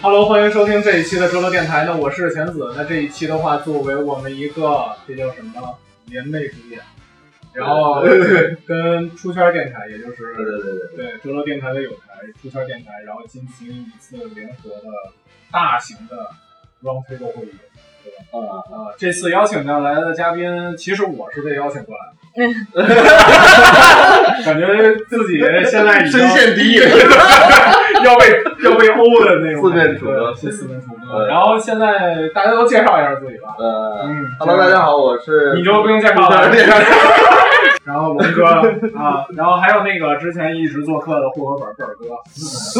Hello，欢迎收听这一期的周六电台。那我是钱子。那这一期的话，作为我们一个这叫什么联袂主演，然后对对对跟出圈电台，也就是对对对对，对周六电台的有台、出圈电台，然后进行一次联合的大型的 round table 会议。啊，啊，这次邀请上来的嘉宾，其实我是被邀请过 来的，感觉自己现在已经深陷敌营， 要被要被殴的那种四面楚歌对四面楚歌。嗯然后现在大家都介绍一下自己吧。呃嗯，Hello，大家好，呃我是你就不用介绍了不是。 然后龙哥啊，然后还有那个之前一直做客的户口本贝尔哥，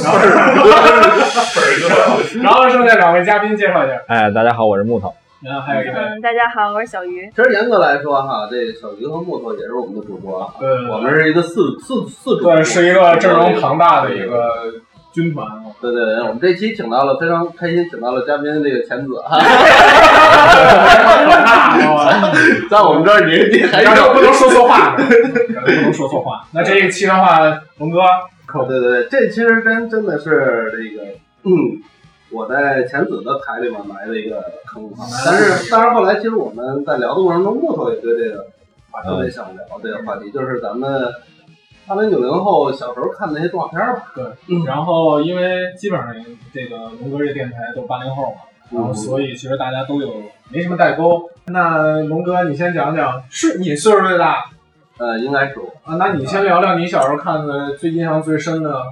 然后 然后剩下两位嘉宾介绍一下，哎，大家好，我是木头。然后还有一位，嗯，大家好，我是小鱼。其实严格来说哈，这小鱼和木头也是我们的主播啊，呃，我们是一个四四四主播，对是一个阵容庞大的一个军 团啊。对对对，我们这期请到了非常开心，请到了嘉宾这个钱子 哈，在我们这儿年纪还 大家小不。能说错话，不能说错话。那这一期的话，龙哥可对对对，这其实真真的是这个，嗯，我在钱子的台里面埋了一个坑啊。但是但是后来，其实我们在聊的过程中，木头也对这个话特别想聊这个话题，就是咱们八零九零后小时候看那些动画片儿吧。然后因为基本上这个龙哥这电台都八零后嘛，嗯然后所以其实大家都有没什么代沟。那龙哥，你先讲讲，是你岁数最大呃，应该是我啊？那你先聊聊你小时候看的最印象最深的，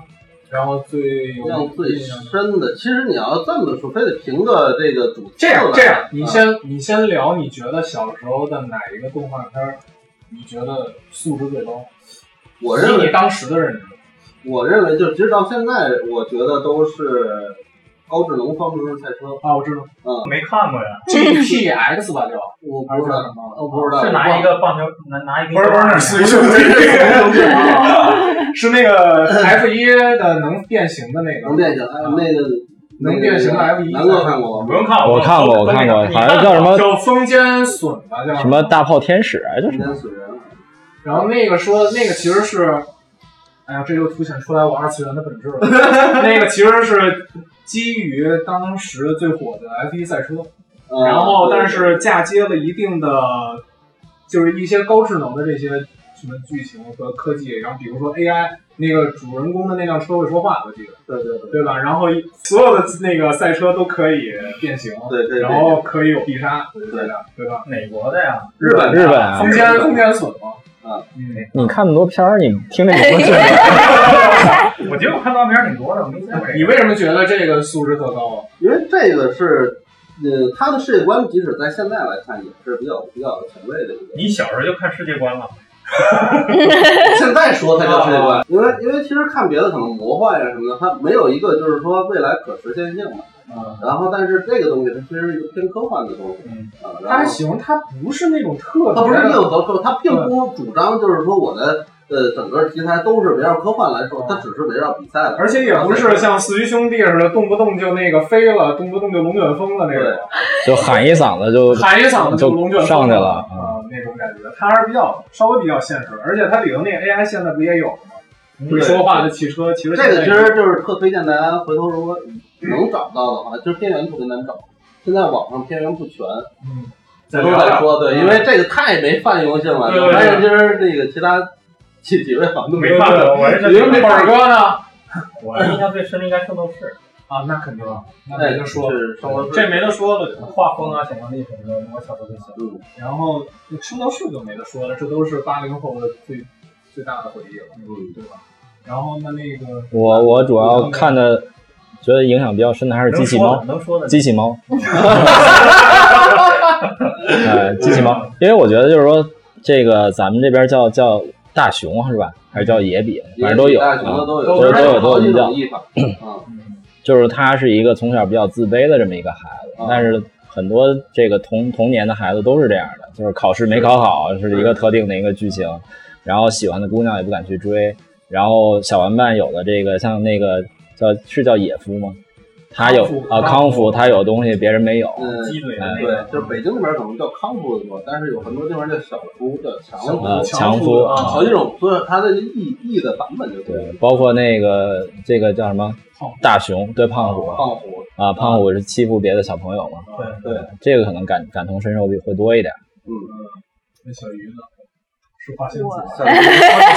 然后最有印象最印象的。深的。其实你要这么说，非得评个这个主这样次来这样，你先、你先聊，你觉得小时候的哪一个动画片儿，你觉得素质最高？我认以为你当时的认知，我认为就直到现在，我觉得都是高智能方程式赛车。啊，我知道嗯，没看过呀， ，GTX 吧就，我还是不知叫道，什么？我不知道是拿一个棒球拿拿一个球队，是那个 F 一的能变形的那个，能变形，哎那个能变形的 F 一，南哥看过吗？不用看我看过，我看过，好像叫 什么叫风间隼吧，叫什么？大炮天使，哎，就是人间死人，然后那个说那个其实是，哎呀，这又凸显出来我二次元的本质 了。那个其实是基于当时最火的 F 一赛车，嗯然后但是嫁接了一定的，就是一些高智能的这些什么剧情和科技，然后比如说 AI 那个主人公的那辆车会说话，我记得对对对对吧？然后所有的那个赛车都可以变形，对对，然后可以有必杀，对对对的，对吧？美国的呀，日本日本空啊。间空间损嘛，啊，嗯，你看那么多片儿，你听那么多剧， 我觉得我看照片挺多的，我没见过这你个。为什么觉得这个素质特高啊？因为这个是，呃，他的世界观即使在现在来看也是比较比较前卫的一个。 你小时候就看世界观了，现在说它叫世界观，因为因为其实看别的可能魔幻呀什么的，它没有一个就是说未来可实现性的。嗯然后，但是这个东西它其实是一个偏科幻的东西嗯，啊。它然还后行，它不是那种 特它别不是硬的，核科，它并不主张就是说我的呃整个题材都是围绕科幻来说，它只是围绕比赛来说。而且也不是像四驱兄弟似的，动不动就那个飞了，动不动就龙卷风了那种。对就喊一嗓子就喊一嗓子龙卷风上去了啊，那种感觉，它还是比较稍微比较现实，而且它里头那个 AI 现在不也有了吗？会说话的汽车，其实这个其现在实就是特推荐大家回头如果能找到的话，就是片源特别难找。现在网上片源不全，嗯，再都聊在聊说对，因为这个太没泛用性了。对我对发现今儿那个其他几几位好像都没看过，我你们是那本儿哥呢？我印象最深的应该圣斗士，啊，那肯定，那哎没得说，是生活这没得说了。画风啊、想象力什么的，我小时候就喜欢。嗯，然后圣斗士就没得说了，这都是八零后的最最大的回忆了，嗯对吧？然后那那个我我主要看的，觉得影响比较深的还是机能器说猫的，，能说的，机器猫，哎，机器猫，因为我觉得就是说这个咱们这边叫叫大熊是吧？还是叫野比，反正都有大熊的啊。都都有，都有好几都有种译法。啊，就是他是一个从小比较自卑的这么一个孩子，啊但是很多这个童童年的孩子都是这样的，就是考试没考好是一个特定的一个剧情，然后喜欢的姑娘也不敢去追，然后小玩伴有的这个像那个叫是叫野夫吗？他有康复啊康复，他有东西别人没有，嗯，鸡腿的那对个，，就是北京那边可能叫康夫的多，但是有很多地方叫小夫，叫嗯强夫，呃强强夫夫啊啊好几种，所以它的译译的版本就不一样对，包括那个这个叫什么大熊对胖虎胖 虎，啊，胖虎是欺负别的小朋友嘛，对，对，这个可能感感同身受比会多一点。那小鱼呢？是花仙我子。小鱼我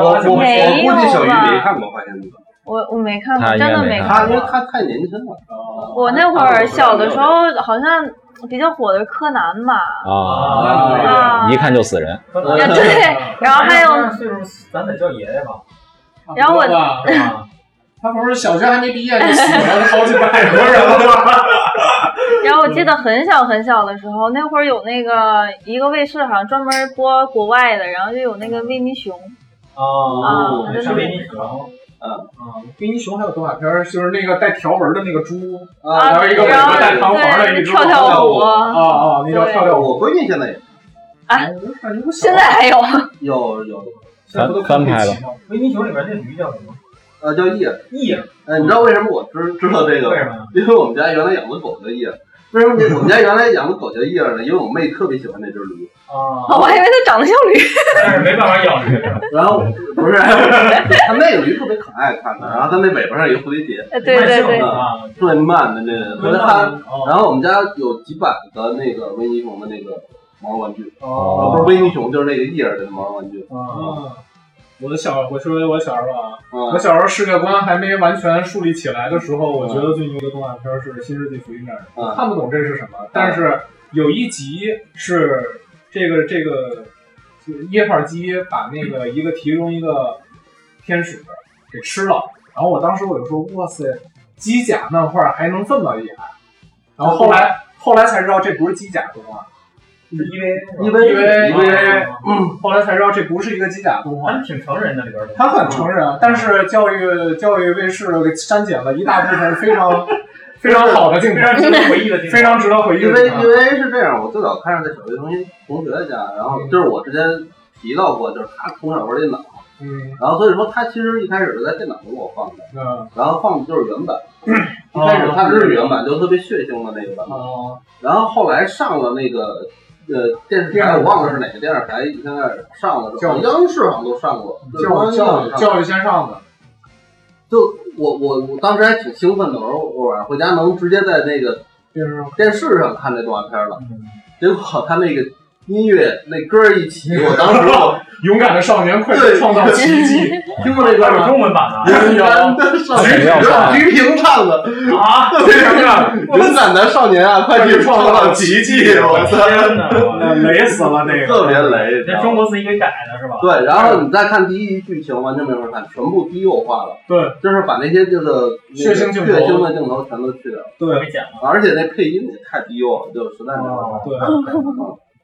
我我估没有计小鱼吧没看过《啊花仙子》，我我没看过，他应真该的没他看因为过。他太年轻了。我那会儿小的时候好像比较火的是柯南吧，啊，啊啊一看就死人。啊呃 对，然后还有，岁数，咱得叫爷爷嘛，然后我我对吧？他不是小学还没毕业就死了好几百个人了吗？ 然后我记得很小很小的时候，那会儿有那个一个卫视好像专门播国外的，然后就有那个维尼熊，哦，啊上维尼熊，啊，嗯冰英熊还有动画片儿，就是那个带条纹的那个猪啊还有一个尾然后巴带糖环的一对个猪跳跳舞，啊啊，那叫跳跳舞。我闺女现在也啊我感觉我小现在还有有有，现在不都翻拍了维尼熊里边那驴叫什么？呃，叫叶。翼，呃，你知道为什么我知知道这个为什吗？么？ 因为我们家原来养的狗叫叶。为什么我们家原来养的狗叫叶呢？因为我妹特别喜欢那只驴，啊，哦我还以为它长得像驴。 但是没办法咬 驴。然 后不是，它那个驴特别可爱看着，然后它那尾巴上有一蝴蝶结，对对对，啊，特别慢的那个。后来它，哦然后我们家有几百个那个维尼熊的那个毛绒玩具，哦不是维尼熊，就是那个叶儿的毛绒玩具。啊！啊，我的小，我说我小时候啊，我啊，小时候世界观还没完全树立起来的时候，我觉得最牛的动画片是《新世纪福音战士》，嗯我看不懂这是什么，但是有一集是这个这个椰泡鸡把那个一个其中一个天使给吃了，然后我当时我就说，哇塞，机甲漫画还能这么厉害，然后后来后来才知道这不是机甲动画，是 EVA，因为因为因为嗯，后来才知道这不是一个机甲动画哦还。挺成人的里边的。他很成人，但是教育教育卫视给删减了一大部分非常非常好的镜非头，常值得回忆的地方非常值得回忆因的为镜因头。为是这样，我最早看是在小学同学同学家，然后就是我之前提到过，就是他从小玩电脑，嗯然后所以说他其实一开始是在电脑上给我放的，嗯然后放的就是原版，一开始他是原版，就特别血腥的那个版本，哦然后后来上了那个呃电视台，我忘了是哪个电视台，现在上了之后，央视好像都上过，教育教育就教育先上的，就我我我当时还挺兴奋的，我说我晚上回家能直接在那个就是电视上看这动画片了，嗯结果他那个音乐那歌一起，我当时 我勇敢的少年快速对创造奇迹。听过那歌还有吗？中文版的 勇敢的少肯定年要啊，放菊萍唱的， 啊！非常亮，勇敢的少年啊，快去创造奇迹！我操，天哪！呃雷死了那个，特别。雷。这中国自己给改的是吧？对，然后你再看第一剧情，完全没法看，全部低幼化了。对，就是把那些这个那个血腥镜头血腥的镜头全都去掉，我对给剪了。而且那配音也太低幼了，就实在没办法。对。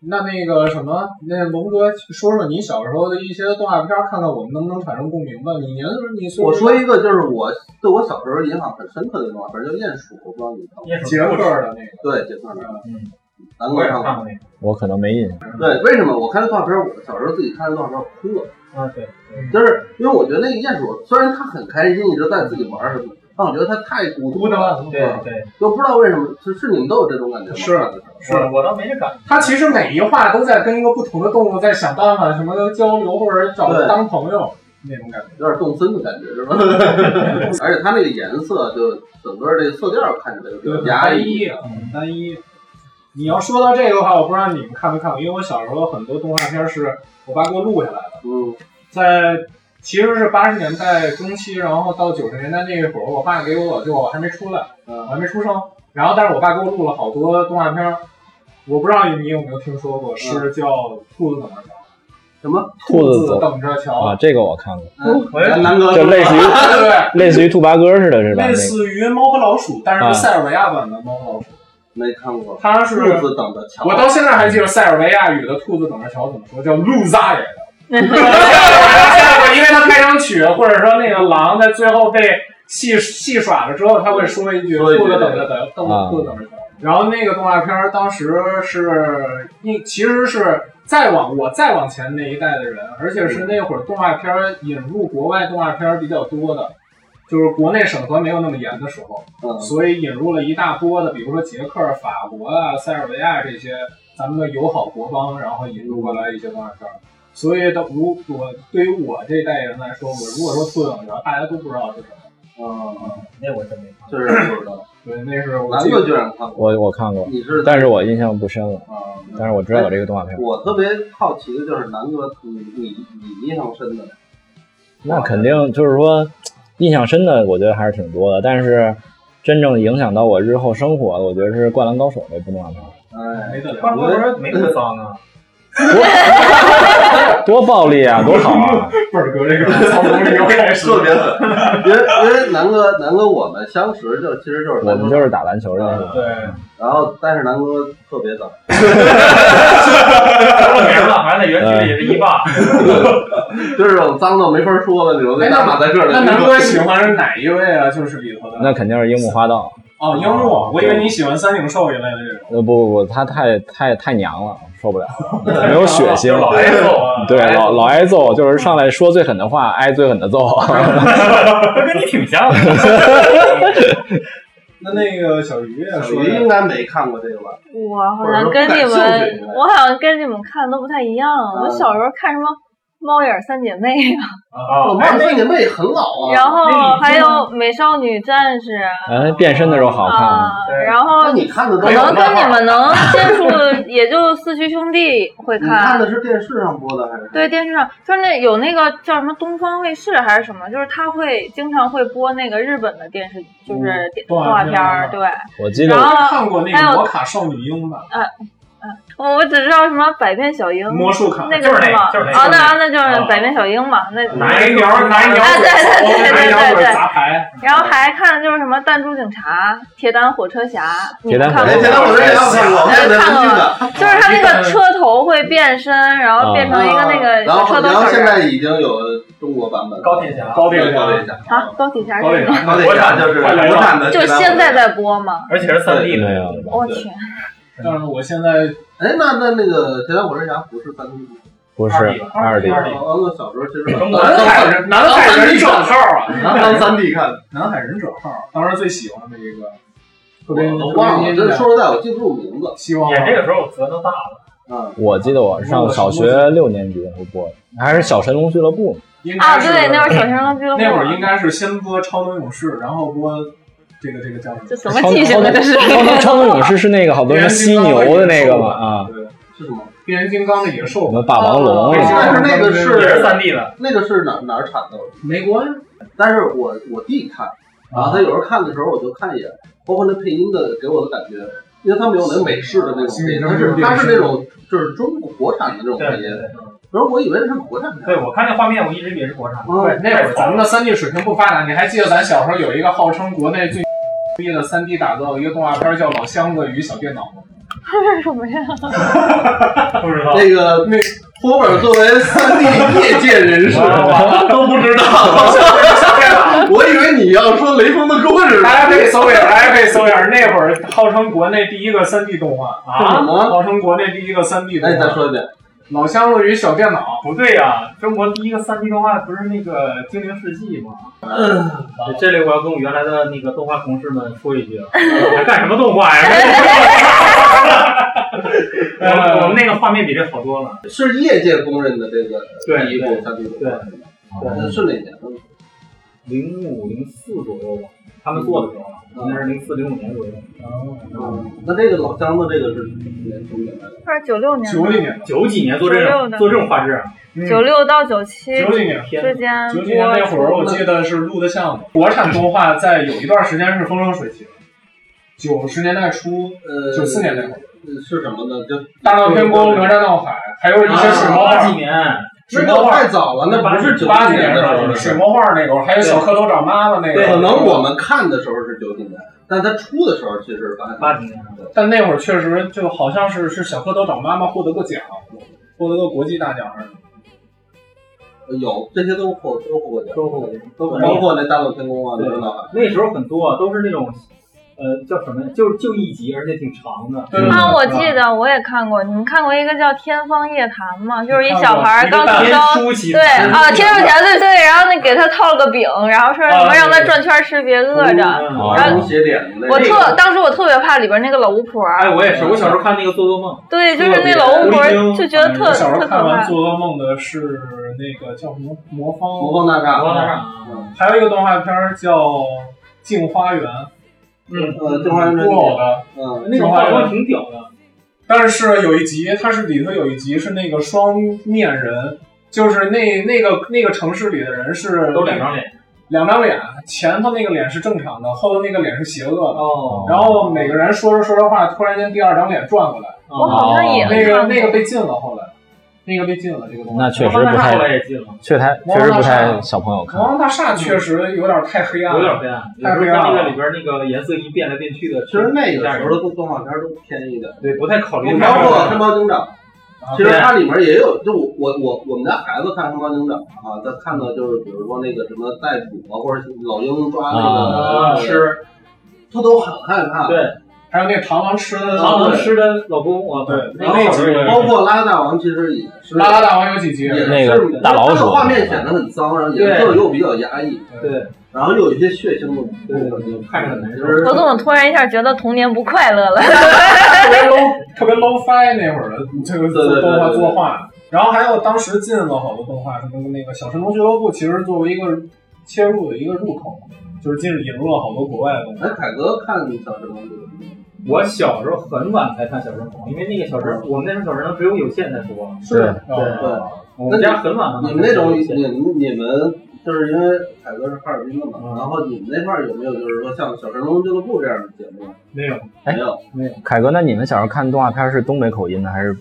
那那个什么，那龙哥说说你小时候的一些动画片，看看我们能不能产生共鸣吧。你年你岁数我说一个，就是我对我小时候影响很深刻的一个动画片，叫《鼹鼠》，我不知道你看过没？也杰克的那个，对，解放了。嗯，咱我哥也看看过。过那个。我可能没印象。对，为什么我看这动画片，我小时候自己看这动画片，我哭了。啊，对，就是因为我觉得那个鼹鼠虽然它很开心，一直在自己玩什么，但我觉得它太孤孤独单了，万对对，就不知道为什么，是是你们都有这种感觉吗？是是我我倒没这感觉。他其实每一话都在跟一个不同的动物在想办法，什么交流或者找对当朋友那种感觉。有点动森的感觉是吧？而且它那个颜色，就整个这个色调看起来就比较很压单抑。一，啊很嗯单一。你要说到这个的话，我不知道你们看没看过，因为我小时候很多动画片是我爸给我录下来的，嗯在其实是八十年代中期，然后到九十年代那一会儿，我爸给我就我还没出来，我嗯还没出生，然后但是我爸给我录了好多动画片儿，我不知道你有没有听说过，是叫《兔子怎么着》，什么？嗯兔子走等着瞧，啊，这个 我看过，我也南哥就类似于对对对。类似于兔八哥似的，是吧？那啊类个似于猫和老鼠，但是是塞尔维亚版的猫和老鼠。没看过，它是兔子等着瞧。我到现在还记得塞尔维亚语的“兔子等着瞧”怎么说，叫 l 扎 人。因为它开场曲，或者说那个狼在最后被戏戏耍了之后，他会说一句“说一句兔子等着等，等啊兔子等着瞧”。然后那个动画片儿当时是一，其实是再往我再往前那一代的人，而且是那会儿动画片儿引入国外动画片儿比较多的，就是国内审核没有那么严的时候。嗯所以引入了一大波的，比如说捷克、法国啊、塞尔维亚这些咱们的友好国邦，然后引入过来一些动画片儿。所以到如我对于我这一代人来说，我如果说不等着，大家都不知道是什么。嗯，那我真没看。这是不知道。对，那是我南记哥得居然看过，我我看过，你是但是我印象不深了。啊？但是我知道有这个动画片，我特别好奇的就是南哥，你你你印象深的那肯定就是说印象深的，我觉得还是挺多的。但是真正影响到我日后生活的，我觉得是《灌篮高手》这部动画片，哎，没得聊。灌篮高手没 那么脏啊，多 暴力啊，多好啊！倍儿哥这个从无理由开始，特别狠，因为因为南哥南哥我们相识就其实就是我篮球们就是打篮球认识 的。对，然后但是南哥特别早，过年了还在园区里是一霸， 就是这种脏到没法说的那种，哎在那大马赛克那的南种哥喜欢是哪一位啊？就是里头的那肯定是樱木花道。哦，樱木，我以为你喜欢三井寿一类的这种。呃，不不不，他太太太娘了，受不了， 没有血就腥。老挨揍啊，对，老老挨揍，就是上来说最狠的话，挨最狠的揍。 他跟你挺像的。那那个小鱼也属说于的应该没看过这个吧？我好像跟你或者说不感兴趣们，我好像跟你们看的都不太一样。嗯我小时候看什么《猫眼三姐妹》啊，啊我妈三姐妹很老啊， 然那后你还有《美少女战士》哎，变身的时候好啊看，，对然后那你看的都可没有能漫跟画你们能接触的也就四驱兄弟会你看看。的是电视上播的还是？对，电视上就是那有那个叫什么东方卫视还是什么，就是他会经常会播那个日本的电视，就是电动动画画片片儿。嘛对，我记得然后看过那个《魔卡少女樱》吧？哦我我只知道什么百变小樱，魔术卡那个就是是那吗？就是那啊，就是那那啊那就是啊百变小樱嘛，那拿一鸟，拿一鸟啊嘴，对对对对拿一鸟对嘴对对砸牌。然后还看的就是什么《弹珠警察》《铁胆火车侠》，你铁胆们看火过车哎，侠前吗？两我这也看过，我看的是文具的。就是他那个车头会变身，然啊后变成一个那个然小车后头然后小现人在已经有中国版本，高铁侠，高铁高铁侠，啊，高铁侠高铁是什么？侠，高铁侠就是国产的。就现在。在播吗？而且是三 D 没的，有。我去，但是我现在哎，那那那个《铁胆火车侠》不是三 D 吗？不是二 D，二 D 我我小时候其实 中国南海人，南海人整号 啊，拿当三 D 看，南海人整号，当时最喜欢的一个，特我别都忘了。特这别说实在，我记不住名字。希望演这个时候我责都大了，嗯，我记得我上小学六年级的时候播的，还是小神龙俱乐部 呢。应啊，该是对，那会儿小神龙俱乐部，那会儿应该是先播超能勇士，然后播这个这个叫什么这？什么记性啊？这是超能超能勇士是那个好多人 犀牛的那个嘛啊，对，是什么？变形金刚的野兽什，么霸王龙哦但是那个是也是三 D 的。那个是哪哪儿产的？没关但是我我弟看，然后他有时候看的时候我就看一眼，包括那配音的给我的感觉，因为他没有那个美式的那种配音，他是他是那种就是中国国产的那种对配对音。对，可是我以为这是国产对片。我看那画面，我一直以为是国产的。哦不是嗯那会儿咱们的三 D 水平不发达，你还记得咱小时候有一个号称国内最逼的三 D 打造一个动画片叫《老箱子与小电脑》吗？是什么呀？不知道，那个那托本作为三 D 业界人士， 都不知道。我以为你要说《雷锋的故事》大家可以搜一下，大家可以搜一下，那会儿号称国内第一个三 D 动画是什啊，么？号称国内第一个三 D 动哎，再画《说一遍。老箱子与小电脑不对呀、中国第一个三 D 动画不是那个《精灵世纪》吗？嗯，这里我要跟我原来的那个动画同事们说一 句，我还干什么动画呀？ 我我们那个画面比这好多了。是业界公认的这个第一部三 D 动对画，嗯那是哪年的？零五零四左右吧，他们做的时候啊，应该是零四零五年左右，》，那这个老乡的这个是年从年代的，他是九六年，九几年九几年做这96种的做这种画质啊，的，九六到九七九几年。天之间九几年那会儿，我记得是录的项目。国产动画在有一段时间是风生水起的，九十年代初、呃，九四年那会儿，是什么呢？就大闹天宫、哪吒闹海，还有一些水墨八画几。年，水那墨个画太早了，那不是九八几几年的的时时候候，的水事。墨画那个，还有小蝌�蚪找妈妈那个。可能我们看的时候是九几年，但它出的时候其实是八八几年。但那会儿确实就好像是是小蝌蚪找妈妈获得过奖，获得过国际大奖似的。有这些都获都获过奖，都包括那大闹天宫啊，哪吒闹海。那时候很多都是那种，呃叫什么呀？就就一集，而且挺长的。对啊，我记得我也看过，你们看过一个叫《天方夜谭》吗？就是一看过小啊孩儿一个刚大出连生，书起对啊，听着前对对，然后那给他套了个饼，然后说什么啊让他转圈吃，别饿着。嗯哦儿童写点的那我个特当时我特别怕里边那个老巫婆，哎，我也是，我小时候看那个《做噩梦对，就是那老巫狐狸婆精就觉得特我啊小时候特可看完《怕。做噩梦》的是那个叫什么魔魔方，方大》，然后厦，在上，还有一个动画片儿叫《镜花缘》，嗯，呃，中华人民布偶的。嗯，那个画风挺屌的。但是有一集，它是里头有一集是那个双面人，就是那那个那个城市里的人是都两张脸两张脸，前头那个脸是正常的，后头那个脸是邪恶的。哦然后每个人说着说着话，突然间第二张脸转过来，嗯哦我好像也哦那看个过那个被禁了，后来那个被禁了这个东西。那确实不后太，来也进了，确太确实不太小朋友看魔。王大厦确实有点太黑暗有了，点黑暗，有时候它那个里边那个颜色一变来变去的，其实那个时候的动动画片都偏一点，对不太考虑你太包多括《黑猫警长》，啊其实它里面也有，就我我我我们家孩子看《黑猫警长》啊，他看的就是比如说那个什么逮捕啊，或者老鹰抓那啊，个，呃吃他都很害怕。对还有那螳螂吃的螳螂吃的老公，我对那然个小时候后也包括《拉大王》，其实也是拉拉大王有几集？也那是个大老鼠它的画面显得很脏，然后颜色又比较压抑，对然后又有一些血腥的部分，就看着很难受我怎么突然一下觉得童年不快乐了？特 别 low 特别 low fi 那会儿的这个对对对动画对对作画，然后还有当时进了好多动画，什么那个《小神龙俱乐部》，其实作为一个切入的一个入口，就是进引入了好多国外的动画。哎，凯哥看《小神龙》这个我小时候很晚才看小神童，因为那个小神，我们那时候小神童只有有线在播，对，对我们家很晚。哦你们那种，你们你们就是因为凯哥是哈尔滨的嘛，然后你们那块儿有没有就是说像《小神龙俱乐部》这样的节目？啊没有，哎没有，凯哥，那你们小时候看动画片是东北口音的还是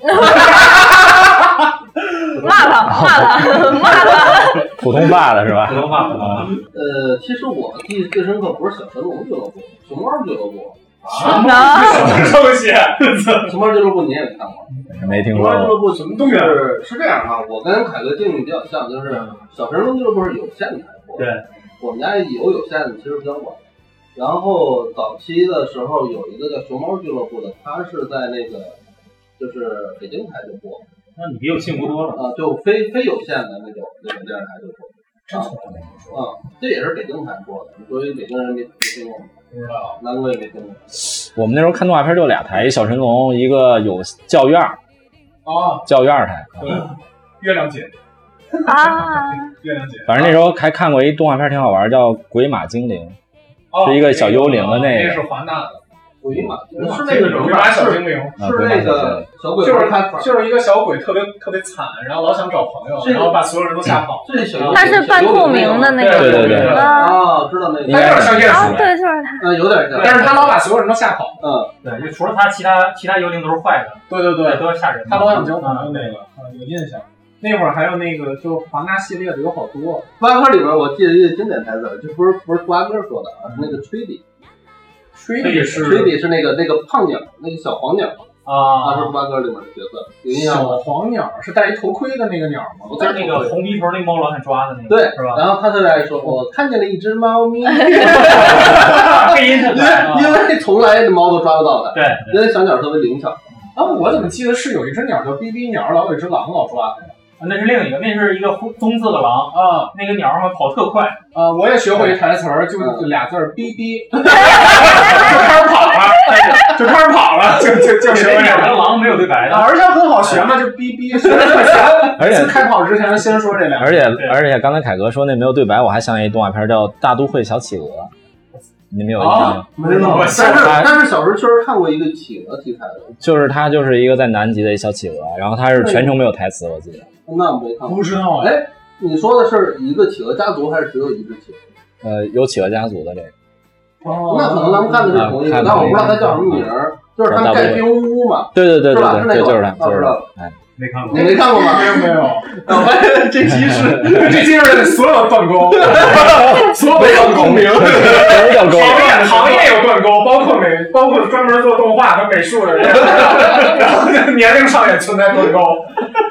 骂他骂他骂他！普通话的是吧普？通话啊，呃，其实我记忆最深刻不是《小神龙俱乐部》，熊猫俱乐部，啊，啊什么东 西？熊猫俱乐部你也看过。没听熊说猫俱过。乐部什么动是是这样啊，我跟凯哥定义比较像，就是小神龙俱乐部是有线台播，对，我们家有有线的其实比较晚。然后早期的时候有一个叫熊猫俱乐部的，它是在那个就是北京台就播，那你比我幸福多了。啊，就非非有线的那种那种电视台就播。真从来没听说。啊，这也是北京台播的，作为北京人没没听过吗，不知道。南哥也没听过。我们那时候看动画片就俩台，一小神龙，一个有教院儿啊，教院儿台。对，月亮姐， 啊！月亮姐，反正那时候还看过一动画片挺好玩，叫《鬼马精灵》。哦是一个小幽灵的那那个是华纳的，鬼马嗯是那个什么鬼马吧？是小精灵，啊是那个小鬼就是他就是一个小鬼特别特别惨，然后老想找朋友，这个然后把所有人都吓跑。这小他是半透明的那个嗯对对对啊啊，知道那应他个该有点像鼹啊鼠，，对，就是他。啊，有点像，但是他老把所有人都吓跑。嗯，对，就除了他，其他其他幽灵都是坏的，对对对，都是吓人的。啊他老想交朋友那个，啊，有印象。那会儿还有那个，就华纳系列的有好多，漫画里边我记得一句经典台词，这不是不是瓜哥说的啊，是那个吹笛，吹的也吹是笛是那个那个胖鸟，那个小黄鸟，啊，是啊，瓜哥里面的角色，有印象小吗？黄鸟，是戴一头盔的那个鸟吗？就是那个红鼻头那猫老想抓的那个，对是吧？然后他特别爱说，我看见了一只猫咪， 因 配音特别为啊因为从来猫都抓不到它，对，因为小鸟特别灵巧，啊，我怎么记得是有一只鸟叫哔哔鸟，老有一只狼老抓它呀那是另一个，那是一个灰棕色的狼，啊那个鸟儿好像跑特快，啊！我也学会一台词儿，就 嗯就俩字儿哔哔，就开始跑了， 就开始跑了，就就就那学会个俩鸟儿字跟儿。狼没有对白啊，的。而且很好学嘛，就哔哔，学得特强而且就开跑之前先说这两个，而且而且刚才凯哥说那没有对白，我还想起一动画片叫《大都会小企鹅》，你们有印象吗？没有我但是笑了但是小时候确实看过一个企鹅题材的，就是它就是一个在南极的一小企鹅，然后它是全程没有台词，我记得。那我没看过。不知道哎，哎，你说的是一个企鹅家族还是只有一只企鹅？呃，有企鹅家族的这个，那可能咱哦们啊看的是啊同一个，但我不知道它叫什么名儿。就是他们盖冰屋嘛，对对对是吧对是那对，个对就是它，我就是 知道了它。哎，没看你没看过吗？没有没 有，我发现这期是这就是所有的断钩，所有的共鸣。都叫狗。行业行业有断钩，包括美，包括专门做动画和美术的人，然后年龄上也存在断钩。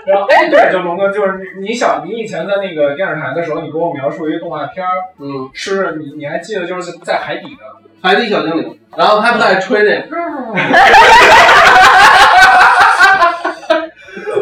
然后哎，对，就龙哥，就是你想，你以前在那个电视台的时候，你给我描述一个动画片儿，嗯，是你你还记得就是在海底的，海底小精灵，然后他在吹这个，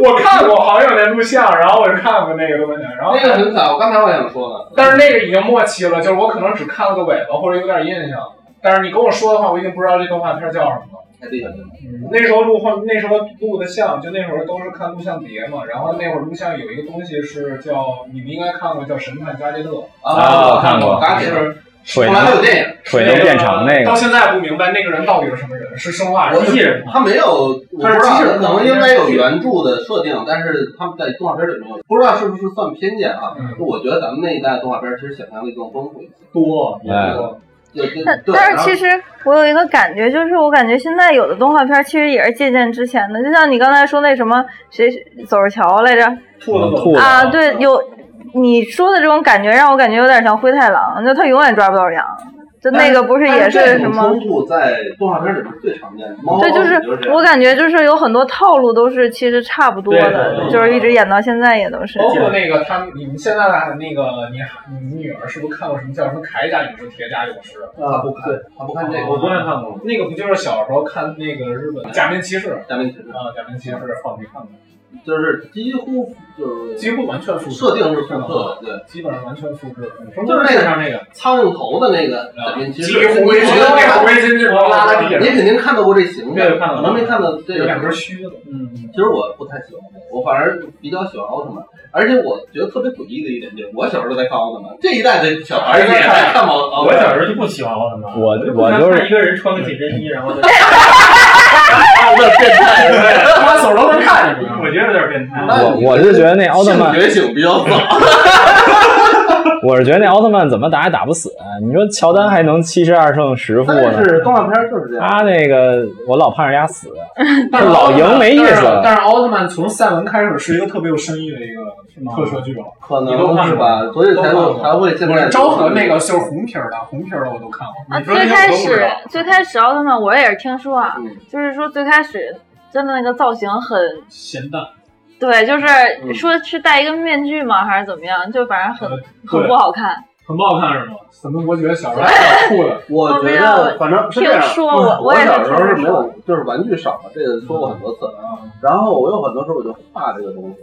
我看过，好像有那录像，然后我就看过那个东西，然后那个很惨。我刚才我想说呢，但是那个已经末期了，就是我可能只看了个尾巴或者有点印象，但是你跟我说的话，我已经不知道这动画片叫什么了。海底小精灵，那时候录画，那时候录的像，就那会儿都是看录像碟嘛。然后那会儿录像有一个东西是叫，你们应该看过，叫《神探伽利略》，啊我看过打铁人，是腿后能来还有电影，腿能变长那到个，现在不明白那个人到底是什么人，是生化我人、机器人吗？他没有，我不他知是机道，器人可能应该有原著的设定，但是他们在动画片里没有，不知道是不是算偏见啊？嗯就我觉得咱们那一代动画片其实想象力更丰富一些，多，也哎多。就就但对，但然啊是后其实我有一个感觉，就是我感觉现在有的动画片其实也是借鉴之前的，就像你刚才说那什么谁走着瞧来着兔子兔子啊，对，有你说的这种感觉，让我感觉有点像灰太狼，就他永远抓不到羊，就那个不是也但是这什种么冲？突在动画片里是最常见的，猫对，哦就猫就是是这样我感觉就是有很多套路都是其实差不多对的对，就是一直演到现在也都是。包括那个他们，你们现在的那个你你女儿是不是看过什么叫什么铠甲勇士、铁甲勇士？他啊不看，他不看这我昨个，天看过，啊那个不就是小时候看那个日本假面骑士咱们其实啊？假面骑士，放没看过，就是几乎就是几乎完全复制，设定是复刻的，对，基本上完全复制，就是那个上那个苍蝇头的那个咱们其几实乎你我觉得那肯个围巾就拉在地定你上，肯定看到过这形象，对看到可过能没看到这有个两根须子。嗯，其实我不太喜欢这个，我反而比较喜欢奥特曼。而且我觉得特别诡异的一点就是，我小时候在看奥特曼，这一代的小孩儿也在看奥奥我特曼。小时候就不喜欢奥特曼，我就不我想就是看一个人穿个紧身衣，然后 就变态，哎他手都能看见我觉得有点变态。那我你我是觉得那奥特曼性觉醒比较早。 我是觉得那奥特曼怎么打也打不死。啊你说乔丹还能七十二胜十负但呢，是动画片就是这样，他那个我老盼着他死，啊但是老赢没意思了但是奥特曼从赛文开始是一个特别有深意的一个特摄剧吧，可你都能看是过吧？所以才会才会现我在是昭和那个就是红皮儿的，红皮儿的我都看过。啊，你说那最个开我都不知始道最开始奥特曼我也是听说啊，嗯就是说最开始真的那个造型很咸蛋，对，就嗯是说是戴一个面具吗，还是怎么样？就反正很对很不好看。很不好看是吗？怎么我觉得小时候哎还挺酷的，我觉得反正是这样。听说 我我我也是小时候是没听有，就是玩具少嘛，这个说过很多次。啊嗯然后我有很多时候我就画这个东西。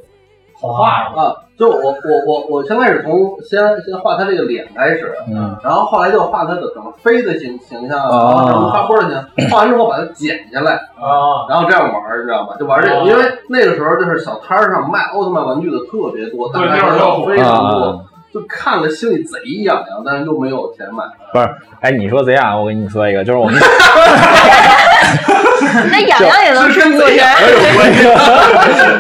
好画呀。啊，就我我我我先开始从先先画他这个脸开始，嗯，然后后来就画他的整个飞的形形象，然哦后什么花波的形象，画完之后把它剪下来， 啊，然后这样玩儿，知道吧？就玩这个，哦因为那个时候就是小摊儿上卖奥特曼玩具的特别多，大对家那会儿都非常啊多，，就看了心里贼痒痒，但是又没有钱哦买。哎，你说贼啊，我跟你说一个，就是我们那痒痒也能是出过这身样，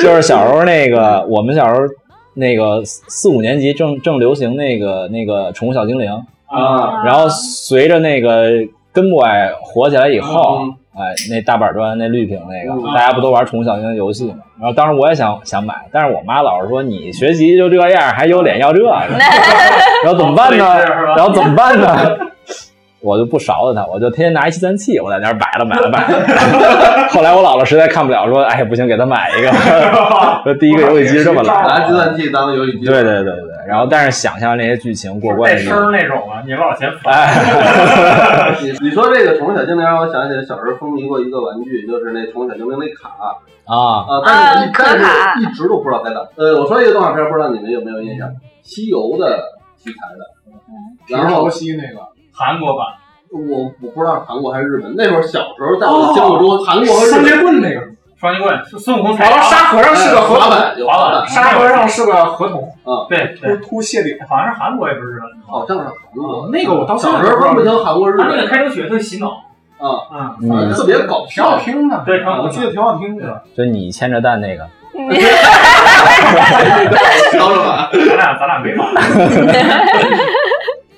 就是小时候那个，我们小时候那个四四五年级正正流行那个那个宠物小精灵，啊然后随着那个根 boy 火起来以后，嗯哎，那大板砖、那绿屏那个，嗯大家不都玩宠物小精灵游戏吗？然后当时我也想想买，但是我妈老是说你学习就这样，还有脸要这个，嗯然后怎么办呢？然后怎么办呢？我就不勺着他，我就天天拿一吸尘器，我在那儿摆了摆了摆了。 后来我姥姥实在看不了，说：“哎，不行，给他买一个。” 说第一个游戏机是这么来拿计的。算器当游戏机，对对对对，然后但是想象那些剧情过关带的时声候，儿那种啊，你老嫌烦。哎，你你说这个宠物小精灵让我想起小时候风靡过一个玩具，就是那宠物小精灵那卡啊，啊，但是啊但可卡是一直都不知道在哪。呃，我说一个动画片，不知道你们有没有印象，西游的题材的，嗯然后潮汐那个韩国版我我不知道韩国还是日本，那会儿小时候在我的哦心目中，韩国和双日截本哎棍那个，双截棍，孙孙悟空踩然后沙和尚是个啊合滑同，板有滑板，沙和尚是个合同，对突对，突谢顶。好像是韩国也不是日本，好像是韩国。哦那个我到现小在时候分不清韩国日他那个本，开头曲特洗脑，啊，嗯，反正嗯，特别搞挺好 笑。 听的，对挺好听的我记得挺好听的。就你牵着蛋那个，高老 板，咱俩咱俩没买，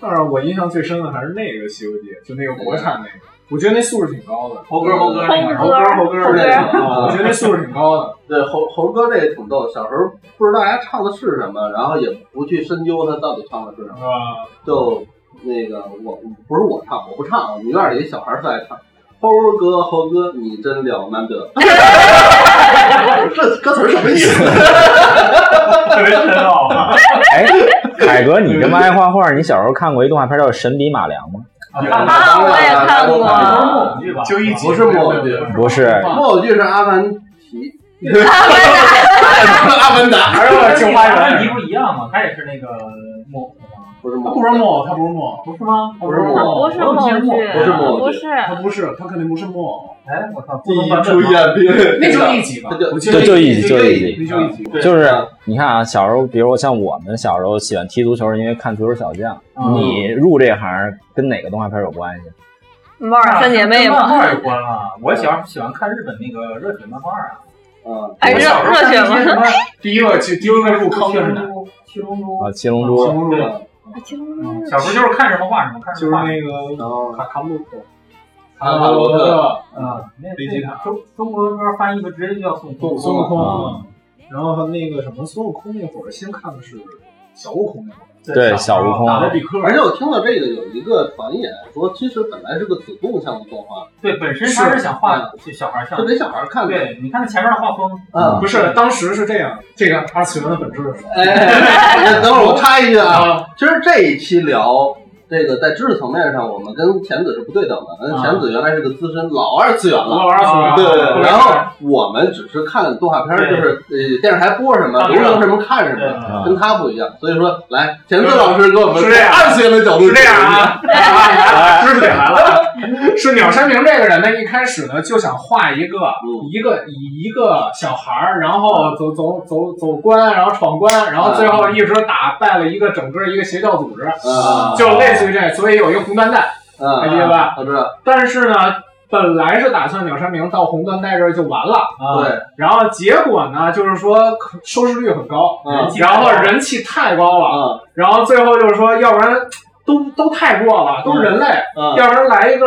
但是我印象最深的还是那个《西游记》，就那个国产那个，我觉得那素质挺高的。猴哥猴哥那猴 个，哥儿猴哥是儿那那个，个我啊。觉得那素质挺高的。对，猴猴哥这个挺逗。小时候不知道大家唱的是什么，然后也不去深究他到底唱的是什么。啊，就那个我不是我唱，我不唱，啊我们院里小孩儿最爱唱。猴哥，猴哥，你真了难得。 这歌词儿什么意思？啊特别深奥啊。哎，凯哥，你这么爱画画，你小时候看过一动画片叫《神笔马良》吗？啊，我也看过，不是木偶剧吧？就一集啊不是木偶剧不是木偶剧是阿凡提， 阿凡 达，还是青花阿凡提园？不一样吗？他也是那个木偶的吗？不是他木偶不是木偶，他不是木偶，不是吗？不是木偶不是木偶剧，不是木偶剧不是，他不是，他肯定不是木偶。哎，我操，不能第把一这出演的那就一集吧，就我记得就就一集，集，就一集。那就一集。对就是你看啊，小时候，比如像我们小时候喜欢踢足球，是因为看《足球小将》嗯你入这行跟哪个动画片有关系？猫儿三姐妹漫嘛，画有关啊。我小时候喜欢看日本那个热血漫画啊，啊，哎，热热血嘛，嘛，第一个去，第一个入坑的是哪？七龙哦珠啊，《七龙珠》青龙珠，嗯 小时候就是看什么画什么，看什就是么画。那个然后卡卡布克，啊卡卡罗特，嗯，那飞机塔中中国歌翻译过直接就叫孙悟孙悟空。空，啊然后他那个什么孙悟空那会儿，先看的是小悟空那会儿，对小悟空打啊的比克，而且我听到这个有一个传言说，其实本来是个子供向的动画，对，本身他是想画就小孩像是。给小孩看的。对，你看前面的画风，嗯，不是当时是这样，这个阿群的本质是什么？哎，等会儿我插一句啊，其实这一期聊这个在知识层面上，我们跟浅子是不对等的。那浅子原来是个资深老二次元了。啊老二次元，对对对，然后我们只是看动画片儿，就是呃电视台播什么，流行什么看什么，啊对，啊跟他不一样。所以说，来田子老师给我们是这样二次元的角度是这样哎啊，知识点来了，是鸟山明这个人呢，一开始呢就想画一个嗯一个以一个小孩儿，然后走走走走关，然后闯关，然后最后一直打败了一个整个一个邪教组织，啊就类似于这样，所以有一个红缎带，啊还记得吧？我知道，但是呢，本来是打算鸟山明到红缎带这儿就完了，啊，对，然后结果呢，就是说可收视率很高，嗯然后人气太高了，啊然后最后就是说，要不然都都太弱了，都是人类。啊，要不然来一个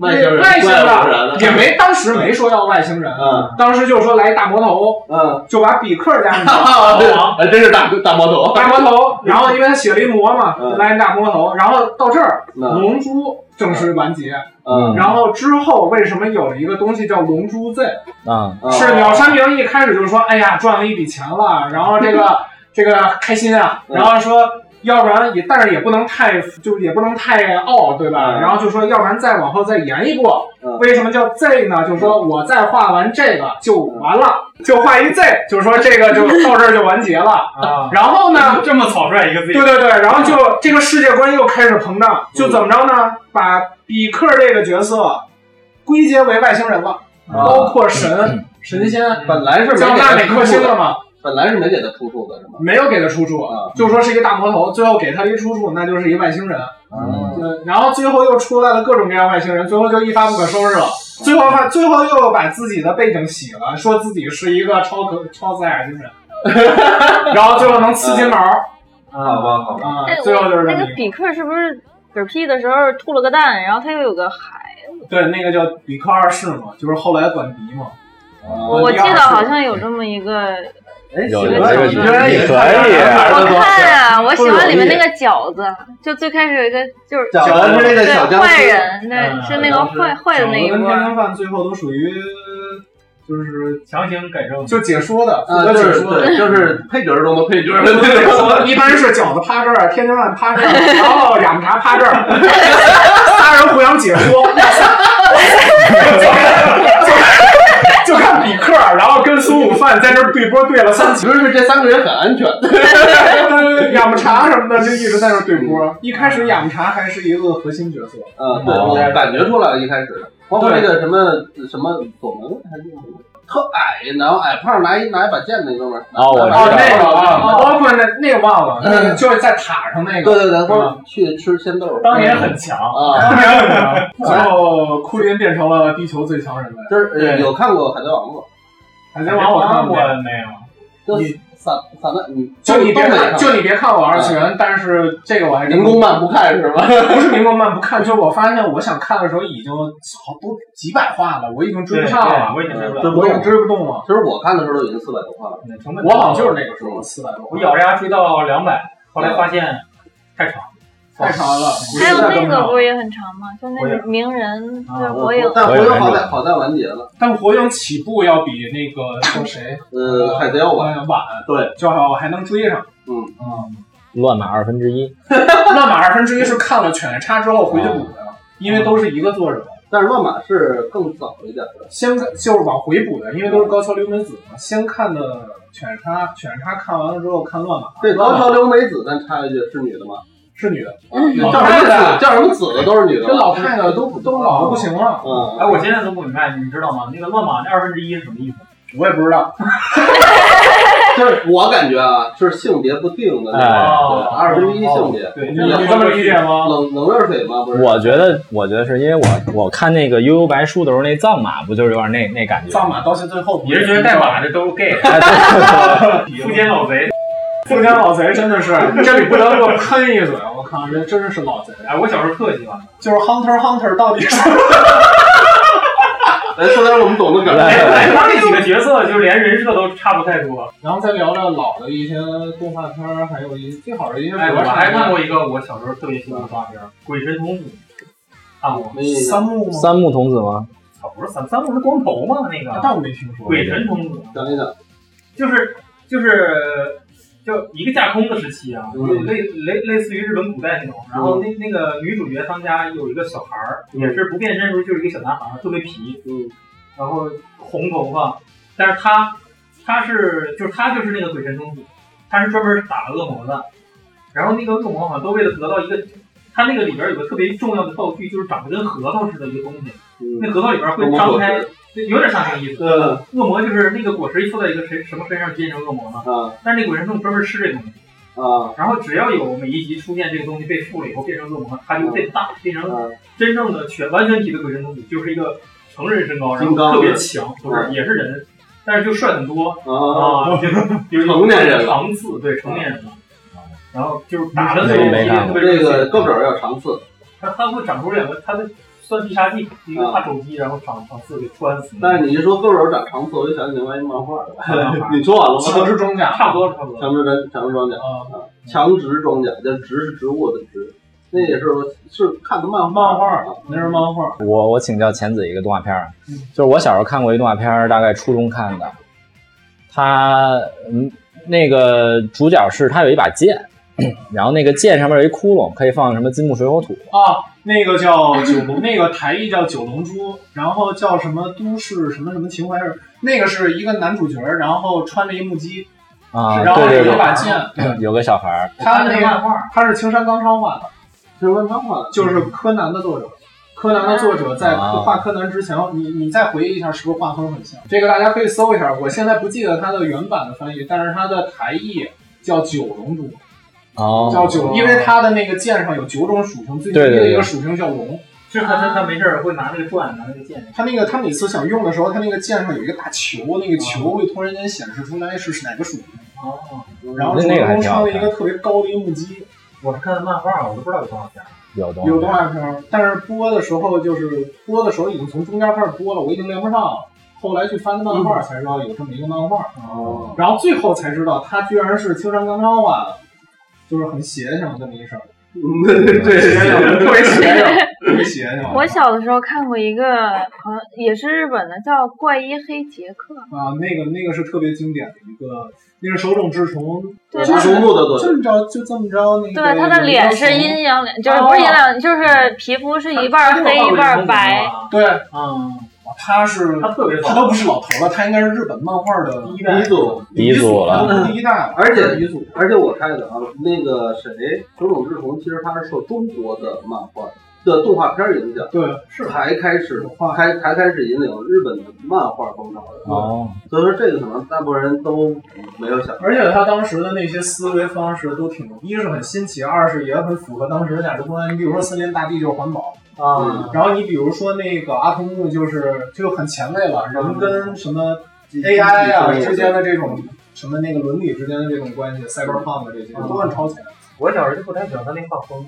外星人，外星怪物的，人的也没当时没说要外星人，嗯当时就说来一大魔头，嗯，就把比克加进去， 啊对，还真是大大魔头，大魔头，然后因为他写了一魔嘛，嗯来一大魔头，然后到这儿嗯龙珠正式完结，嗯然后之后为什么有了一个东西叫龙珠 Z？啊，嗯是鸟山明一开始就说，哎呀赚了一笔钱了，然后这 个这个开心啊，嗯然后说。要不然也，但是也不能太，就是也不能太傲，对吧？嗯然后就说，要不然再往后再延一步，嗯为什么叫 Z 呢？就是说我再画完这个就完了，就画一 Z，就是说这个就到这儿就完结嗯了。啊，然后呢，这么草率一个字对，对对，然后就这个世界观又开始膨胀，就怎么着呢？把比克这个角色归结为外星人了，包括神、神仙，本来是没叫给纳他美克出星啊处了的，嘛，本来是没给他出处的，是吗？没有给他出处嗯啊，就说是一个大魔头，最后给他一出处，那就是一外星人。嗯嗯，然后最后又出来了各种各样外星人，最后就一发不可收拾了。最后发，最后又把自己的背景洗了，说自己是一个超可超赛亚星人，然后最后能刺金毛好吧，好吧，啊、哎最后就是这那么个一个。比克是不是嗝屁的时候吐了个蛋，然后他又有个孩？对，那个叫比克二世嘛，就是后来管鼻嘛。我记得好像有这么一个，哎，有行有了这个你你居然也看可以了啊，我看啊，我不喜欢里容面易那个饺子，就最开始有一个就是讲的是那个对小啊僵坏尸，人，对，嗯是那个僵尸坏坏的那一跟波天儿。津饭最后都属于就是强行改正。就解说的，啊，负责就解是说的。对，就是配角中的配角的那种。一般是饺子趴这儿，天津饭趴这儿，然后养茶趴这儿，仨人互相解说，就看就看比克，然后跟孙悟饭在这儿对波对了 三其实是这三个人很安全，次，养茶什么的就一直在这儿对波。一开始养茶还是一个核心角色，嗯，对，哦我感觉出来了，一开始，包括那个什么什么左门还是什么特矮，然后矮胖拿一拿一把剑那哥们儿，哦我知道哦，拿一那把个剑啊，包括那那个忘了，那个就是在塔上那对个。对对，他去吃鲜豆儿，当年很强，啊， 然后库林变成了地球最强人类。就是呃对有看过《海贼王》吗？海嗯贼王我看过过，没有？就散散的，你就你都别没看，看，就你别看我二次元，但是这个我还真民工漫不看是吧？不是民工漫不看，就是我发现我想看的时候已经好多几百话了，我已经追不上啊了，我已经追不上。我已经追不动了。其实我看的时候都已经四百多话了，成本我好像就是那个时候四百多，我咬着牙追到两百，后来发现太长，太长了。还有我现在那都没个不是也很长吗？就那个鸣人，啊对，火我影，但我也我又没好看歹好歹完结了，但火影起步要比那个叫谁呃，海贼要完，晚，对，就好我还能追上。嗯嗯，乱码二分之一， 乱码二分之一是看了犬夜叉之后回去补的，因为都是一个作者，但是乱码是更早一点的，先看就是往回补的，因为都是高桥留美子嘛，先看的犬杀，犬杀看完了之后看乱码，对，乱高码桥留美子，咱插一句是女的吗？是女的，叫老什太么太子？叫什么子的都是女的这吗。老太太都都老的不行了，嗯，哎，我现在都不明白，你知道吗？那个乱码那二分之一是什么意思？我也不知道， 就是我感觉啊，是性别不定的那哎种，对二分之一哦性别。对，你你这么理解吗？冷冷热水吗？不是，我觉得，我觉得是因为我我看那个悠悠白书的时候，那藏马不就是有点那那感觉？藏马到现最后，你是觉得代码的都是 gay，哎， 富奸老贼？富江老贼真的是，这里不得不喷一嘴，啊我靠，这真的是老贼，啊哎，我小时候特喜欢。 就是 Hunter Hunter 到底是咱说点我们懂的梗儿。哎，哎他那几个角色就连人设都差不太多。然后再聊聊老的一些动画片儿，还有一些最好的一些国哎，产我片。还看过一个我小时候特别喜欢的动画片《鬼神童子》，看过。没印象三木吗？三木童子吗？操，不是三三木是光头吗？那那个倒啊没听说。鬼神童子讲一讲，就是就是就一个架空的时期啊，嗯类类类似于日本古代那种。然后那那个女主角他们家有一个小孩儿，嗯也是不变身的时候就是一个小男孩儿，特别皮。嗯，然后红头发，但是他他是就是他就是那个鬼神童子，他是专门打恶魔的，然后那个恶魔好像都为了得到一个，他那个里边有个特别重要的道具，就是长得跟核桃似的一个东西，那嗯，核桃里边会恶魔张果开实，对有点像那个意思。嗯恶魔就是那个果实一附在一个谁什么身上变成恶魔了，啊但是那鬼神童子专门吃这东西，啊然后只要有每一集出现这个东西被附了以后变成恶魔，他就变大，变成啊！真正的全完全体的鬼神童子就是一个成人身高，然金刚后特别强，不是也是人，但是就帅很多啊！啊， 就是有一种成年人了长刺，对成年人了。然后就是打的没那种没看特过别这个胳膊肘儿要长刺，他他会长出两个，他的算必杀技，一啊个大肘击，然后长长刺给穿死。但是你一说胳膊肘儿长长刺，我就想起另外一漫画了。啊你说完了强吗？制装甲。 差不多差 不多。呃强直装强直装甲，啊，强直装甲，这植是植物的植，那也是是看的漫漫画啊。那是漫画。我我请教浅子一个动画片儿嗯，就是我小时候看过一动画片儿，大概初中看的。他嗯，那个主角是他有一把剑，然后那个剑上面有一窟窿，可以放什么金木水火土。啊，那个叫九龙，那个台译叫九龙珠，然后叫什么都市什么什么情怀是那个是一个男主角，然后穿着一木屐，啊，然后对对有一对把哦剑，有个小孩儿，他那个漫画，他是青山刚昌画的，是漫画的，就是柯南的作者。柯南的作者在啊画柯南之前，你你再回忆一下，是不是画风很像？这个大家可以搜一下，我现在不记得它的原版的翻译，但是它的台译叫九龙珠，叫哦，九，因为它的那个剑上有九种属性，最低对对的对哦一个属性叫龙。是他他他没事儿会拿那个转，拿那个剑。他那个，他每次想用的时候，他那个键上有一个大球，那个球会突然间显示出来是哪个属性。哦，然后那主那个人还公挺好穿看了一个特别高的一个木屐，我是看的漫画，我都不知道有多少钱。有动有动画画片儿，但是播的时候就是播的时候已经从中间开始播了，我已经连不上了。后来去翻漫画才知道有这么一个漫画，哦，然后最后才知道他居然是青山刚昌画的，就是很邪性这么一事儿，嗯对对邪性 对，特别邪性，特别邪性。啊我小的时候看过一个，好像也是日本的，叫《怪医黑杰克》。啊，那个那个是特别经典的一个，那个手冢治虫，对植树木的作这者，么着就这么着那个。对，他的脸是。阴阳脸，就是不是阴阳脸，就是皮肤是一半黑一半白。。对，啊嗯，他是他特别啊他棒。都不是老头了，他应该是日本漫画的第一代鼻祖。鼻祖了，第一代了，而且鼻祖。而且我看的啊，那个谁，手冢治虫，其实他是受中国的漫画的动画片儿影响，对，是才开始画才才开始引领日本的漫画风潮嗯的。哦，所以说这个可能大部分人都没有想。而且他当时的那些思维方式都挺，一是很新奇，二是也很符合当时的价值观。你比如说森林大地就是环保，啊，然后你比如说那个阿童木就是就很前卫了，人跟什么 AI 啊之间的这种什么那个伦理之间的这种关系，赛博胖的这些都很超前。我小时候就不太喜欢他那画风。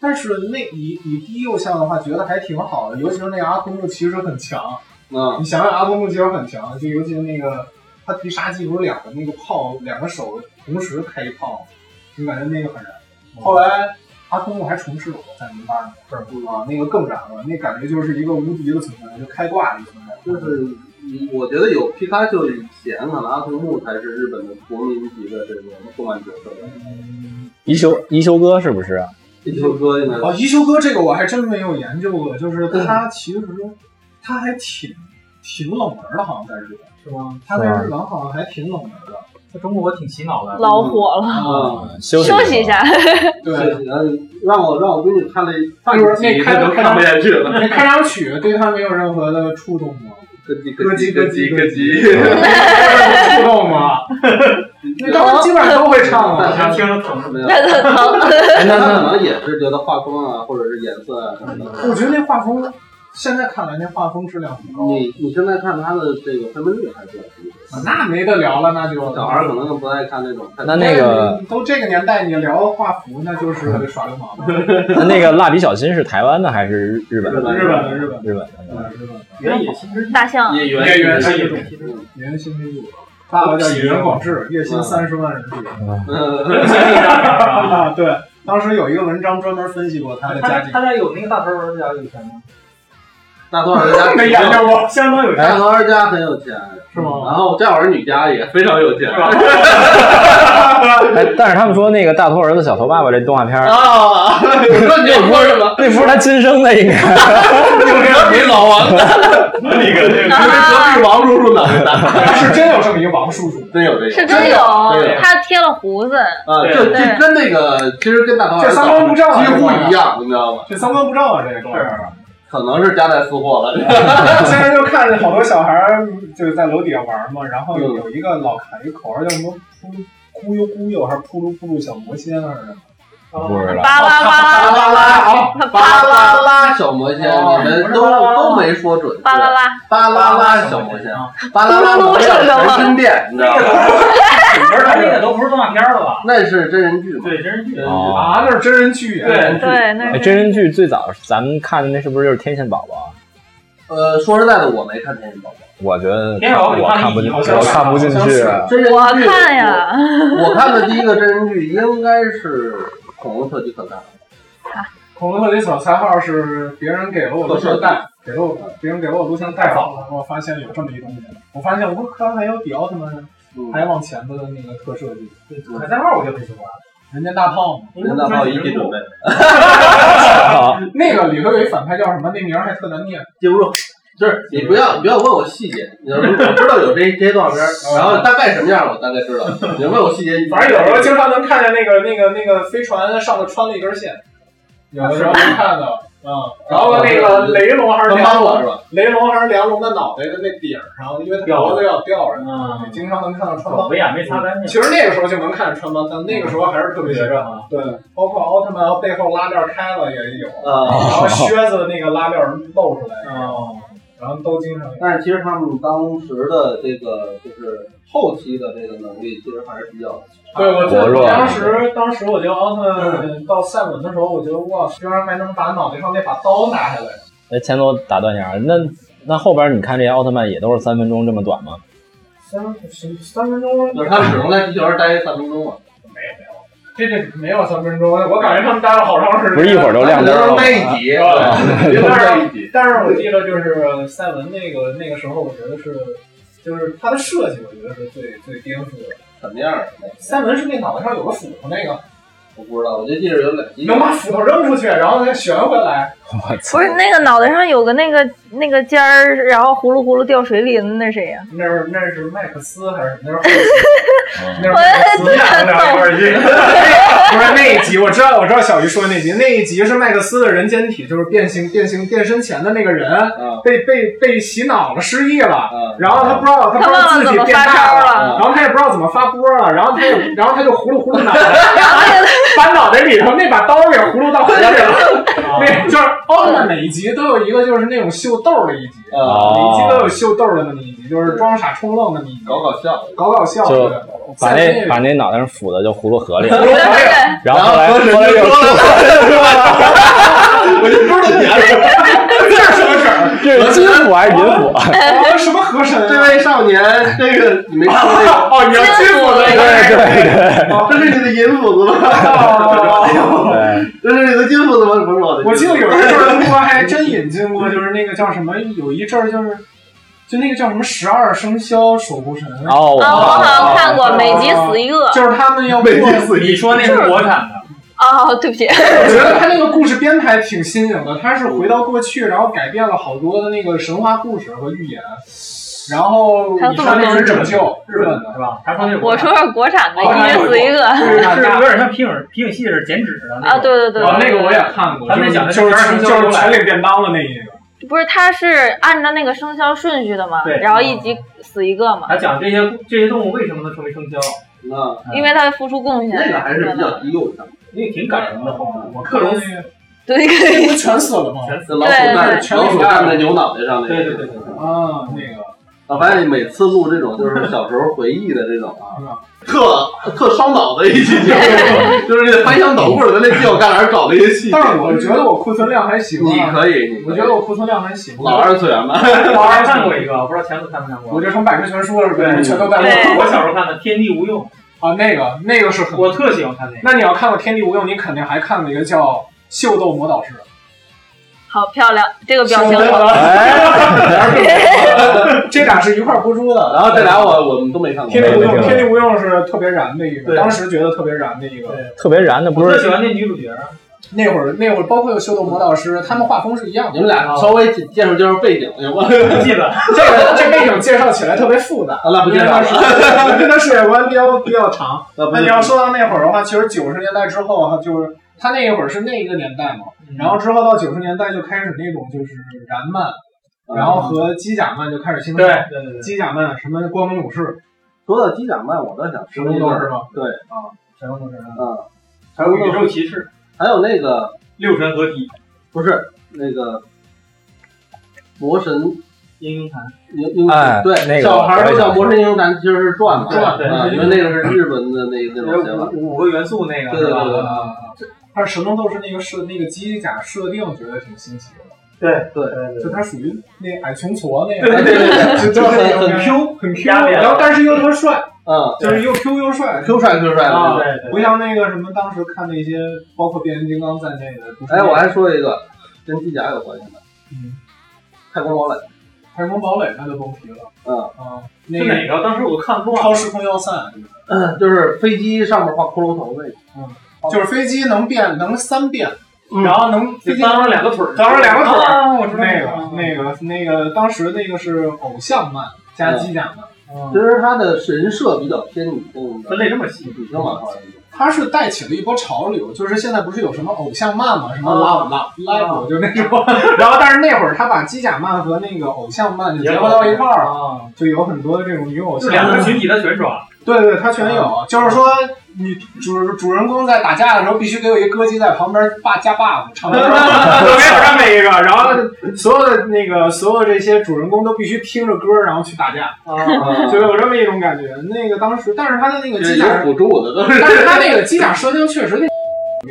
但是那以以第一右向的话，觉得还挺好的，尤其是那个阿童木其实很强。啊，你想想阿童木其实很强，就尤其是那个他必杀技不是两个那个炮，两个手同时开一炮，你感觉那个很燃。后来阿童木还重置了，在零八年是啊，那个更燃了，那感觉就是一个无敌的存在，就开挂的一个存在。就是我觉得有皮卡丘以前，可能阿童木才是日本的国民级的这个动漫角色。一休一休哥是不是？一休哥应该哦，一休哥这个我还真没有研究过，就是他其实他还挺挺冷门的，好像在日本，是吗？他在日本好像还挺冷门的。在中国我挺洗脑的。老火了， 啊，嗯休息休息一下。对，然后让我让我闺女看了半就是集，那开她头都看不下去了，那开场曲对他没有任何的触动吗？咯叽咯叽咯叽咯叽， 触动吗？那当时基本上都会唱我 啊。想听着疼。没有。那个疼，那他可能也是觉得画风啊，或者是颜色啊什么的。我觉得那画风，现在看来那画风质量很高，你你现在看他的这个分辨率还是比较低，那没得聊了，那就小孩儿可能更不爱看那种。那那个你都这个年代，你聊画幅那就是耍流氓了。 那那个蜡笔小新是台湾的还是日本的？日日本的日本日本的。的日本的原野 新之大象演演员员是一一种种，原薪之主，爸爸叫野原广志，月薪三十万日元。嗯， 啊，对，当时有一个文章专门分析过他的家他境。他家有那个大头儿家有钱吗？大头儿家研究过，相当有钱，大头儿家很有钱，是吗？然后这会儿女家也非常有钱是。吧？哎，但是他们说那个大头儿子小头爸爸这动画片儿，啊，我说你要说什么？那不是他亲生的，应该。隔壁老王大，那个那个啊隔壁王叔叔脑袋大，是真有这么一个王叔叔， 真有这个， 是真有对，他贴了胡子，啊，这这跟那个其实跟大头儿这三观不正啊几乎一样，你知道吗？这三观不正啊，这个是。可能是夹带私货了， 现在就看着好多小孩儿就是在楼底下玩嘛，然后有有一个老喊一口号叫什么“噗噜咕悠咕悠”还是“噗噜噗噜小魔仙”还是什么？嗯不知道。巴拉巴拉，巴拉啊，他巴巴拉拉拉小魔仙，哦你们不是都巴拉拉都没说准确。巴拉拉，巴拉拉小魔仙，啊！巴拉拉魔咕噜噜是什像么神经变，你知道吗？不是他那个都不是动画片了吧？那是真人剧嘛？对，真人剧。哦啊，那是真人剧啊！对对，那哎，是真人剧最早咱们看的那是不是就是《天线宝宝》？呃，说实在的，我没看《天线宝宝我觉得天线宝宝我看不进，你看了一集我看不进好像去是。》，真人剧我看，呀，我我看的第一个真人剧应该是《恐龙特级可赛》，恐龙特里小材号是别人给了我录像带，给了我别人给了我录像带，然后我发现有这么一东西。我发现我刚才有比奥特曼，嗯，还往前的那个特设计，可赛号我就很喜欢，人间大炮嘛。因为那他炮们一起准备， 好那个里头有一反派叫什么？那名儿还特难念。记不住。就是你不要你不要问我细节，你要是我知道有这这些动画片儿，然后大概什么样我大概知道。你问我细节，反正有时候经常能看见那个那个那个飞船上头穿了一根线，有的时候能看到。嗯， 然后那个雷龙还是他梁帮我龙，是吧？雷龙还是梁龙的脑袋的那顶儿上，因为他头都要掉哦着呢，嗯，经常能看到穿帮手。维亚没擦干净， 其实那个时候就能看见穿帮，但那个时候还是特别觉着啊，对，包括奥特曼背后拉链开了也 有，啊，然后靴子那个拉链露出来，哦，然后都经常有。但是其实他们当时的这个就是后期的这个能力，其实还是比较对，我记薄弱啊得当时当时我觉得奥特曼到赛文的时候，我觉得哇，居然还能把脑袋上那把刀拿下来。哎，前头打断一下，那那后边你看这些奥特曼也都是三分钟这么短吗？三十三分钟就是他们只能在地球上待三分钟嘛，这这没有三分钟，我感觉他们待了好长时间。不是一会儿就亮灯了能吗？待一集， 对能待一集。但是我记得就是赛文那个那个时候，我觉得是，就是他的设计，我觉得是最最颠覆的。什么样儿？赛文是那脑袋上有个斧头，那个我不知道，我就记着有两集。能把斧头扔出去，然后再旋回来。我操不！是那个脑袋上有个那个那个尖儿，然后呼噜呼噜掉水里的那谁 呀？那是那是麦克斯还是那是霍斯？嗯那是麦克斯。们俩一块儿去。 不是那一集，我知道，我知道小鱼说的那集，那一集是麦克斯的人间体，就是变形、变形、变身前的那个人啊被被被洗脑了，失忆了，啊！然后他不知道他不他知道忘自了己怎么变发大招了，了，然后他也不知道怎么发波了，然后他也然后他就葫芦葫芦脑袋，然后那个 把脑袋里头那把刀给葫芦到河 里了。嗯那就是奥特曼每一集都有一个就是那种秀逗的一集，啊，哦每一集都有秀逗的那么一集，哦就是装傻充愣那么一集，搞搞笑，搞搞笑。就对把在那把那脑袋上斧子就葫芦河里 了，葫芦河里然后后来然后河神后来又就出说 我就知道你还是这是什么事儿？这是金斧还是银啊斧？哦什么河神啊？这位少年，这个你没看过这个？ 哦，你要欺负我的对那个对对这是你的银斧子吗？哦对， 这是你的金斧子吗？不是我的。我记得有一 阵 儿中国还真引进过，就是那个叫什么，有一阵儿就是，就那个叫什么十二生肖守护神，然哦后我啊，我忘好 像了看过，每集死一个。就是他们要每过集死一你说那是国产的，啊，对不起，我觉得他那个故事编排挺新颖的，他是回到过去，然后改变了好多的那个神话故事和寓言，然后还有以这么上多那是拯救哦日本的是吧？他说那种我说是国产的，哦一个死一个是是有点像皮影皮影戏是剪纸的啊！，对对对，哦，对那个我也看过，咱就们是讲的就是是全十二生肖就是出来全领便当的那一个，不是，它是按照那个生肖顺序的嘛，对然后一集死一个嘛，他讲这些这些动物为什么能成为生肖，那因为它付出贡献。啊那个还是比较低幼的，那个挺感人的。我克克隆隆对，那不全死了吗？全那老鼠对蛋对对老鼠蛋在牛脑袋上那个。对对对对啊，那个我发现每次录这种就是小时候回忆的这种嗯啊，特特烧脑的一期节目，就是那翻箱倒柜儿的那犄角旮旯搞的一些细节。但是我觉得我库存量还行你啊，可以，你可我以觉得我库存量还行啊，老二次元吧，我我还还看看过过一个，我不知道前头看没看我过。就成百科全书了，是吧？对全都带对了我小时候看的《天地无用啊，那个那个是》，很，我特喜欢看那个。那你要看过《天地无用》，你肯定还看过一个叫《秀逗魔导士》。好漂亮，这个表情秀逗魔导士哎， 这俩是一块儿播出的，然后这俩我我们都没看过。天地无没用听，过天地无用是特别燃的一个，对当时觉得特别燃的一个。对，特别燃的我不特是喜欢那女主角，那会儿那会儿包括有修斗魔导师，他们画风是一样你 的。们俩稍微介绍介绍背景行吗？不记得。这个这背景介绍起来特别复 杂，咱俩不因介为绍它了，是跟它世界观比较比较 长。那不那你要说到那会儿的话，其实九十年代之后哈，就是他那一会儿是那一个年代嘛，嗯然后之后到九十年代就开始那种就是燃漫，嗯然后和机甲漫就开始兴嗯对盛。对对对，机甲漫什么光明勇士，说到机甲漫，我倒想什说么一都个，是吧？对啊，神龙斗神，嗯，还有宇宙骑士，还有那个六神合体，不是那个魔神英雄坛。英英哎对，那个小孩儿都我叫也想魔神英雄坛，其实是转的，转对啊对因为那个是日本的那那种写法。有五五个元素那个对是吧？对对啊，但是神龙斗士那个设那个机甲设定，觉得挺新奇的，对对对就它属于那矮穷矬那对个，对就对，就就是那种很很感觉 Q 很 Q，压扁然后但是又特帅，嗯就是又 Q 又帅。 ，Q 帅 Q 帅的。啊对对不像那个什么，当时看那些，包括变形金刚在内的。不是哎，我还说一个跟机甲有关系的，嗯太空堡垒，太空堡垒那就甭提了。嗯啊，是那个哪个？当时我都看不超了。时空要塞，嗯，就是飞机上面画骷髅头那个，就是飞机能变，能三变，嗯然后能飞就机当上两个腿儿，当上两个腿儿啊，我知道那个那个那个，当时那个是偶像漫加机甲漫，其个，实它的人设比较偏女性的，分类这么细，女性漫画一点。它是带起了一波潮流，就是现在不是有什么偶像漫嘛，什么啊拉拉拉古就那种，然后但是那会儿他把机甲漫和那个偶像漫就结合到一块儿，啊，就有很多这种女偶就像，两个群体的啊旋转，对对，它全有，就是说你主主人公在打架的时候必须得有一歌姬在旁边霸加 buff，唱歌，没有这么一个，然后所有的那个所有这些主人公都必须听着歌然后去打架，啊就有这么一种感觉。那个当时，但是他的那个就是机有甲，辅助的都是，但是他那个机甲设定确实那，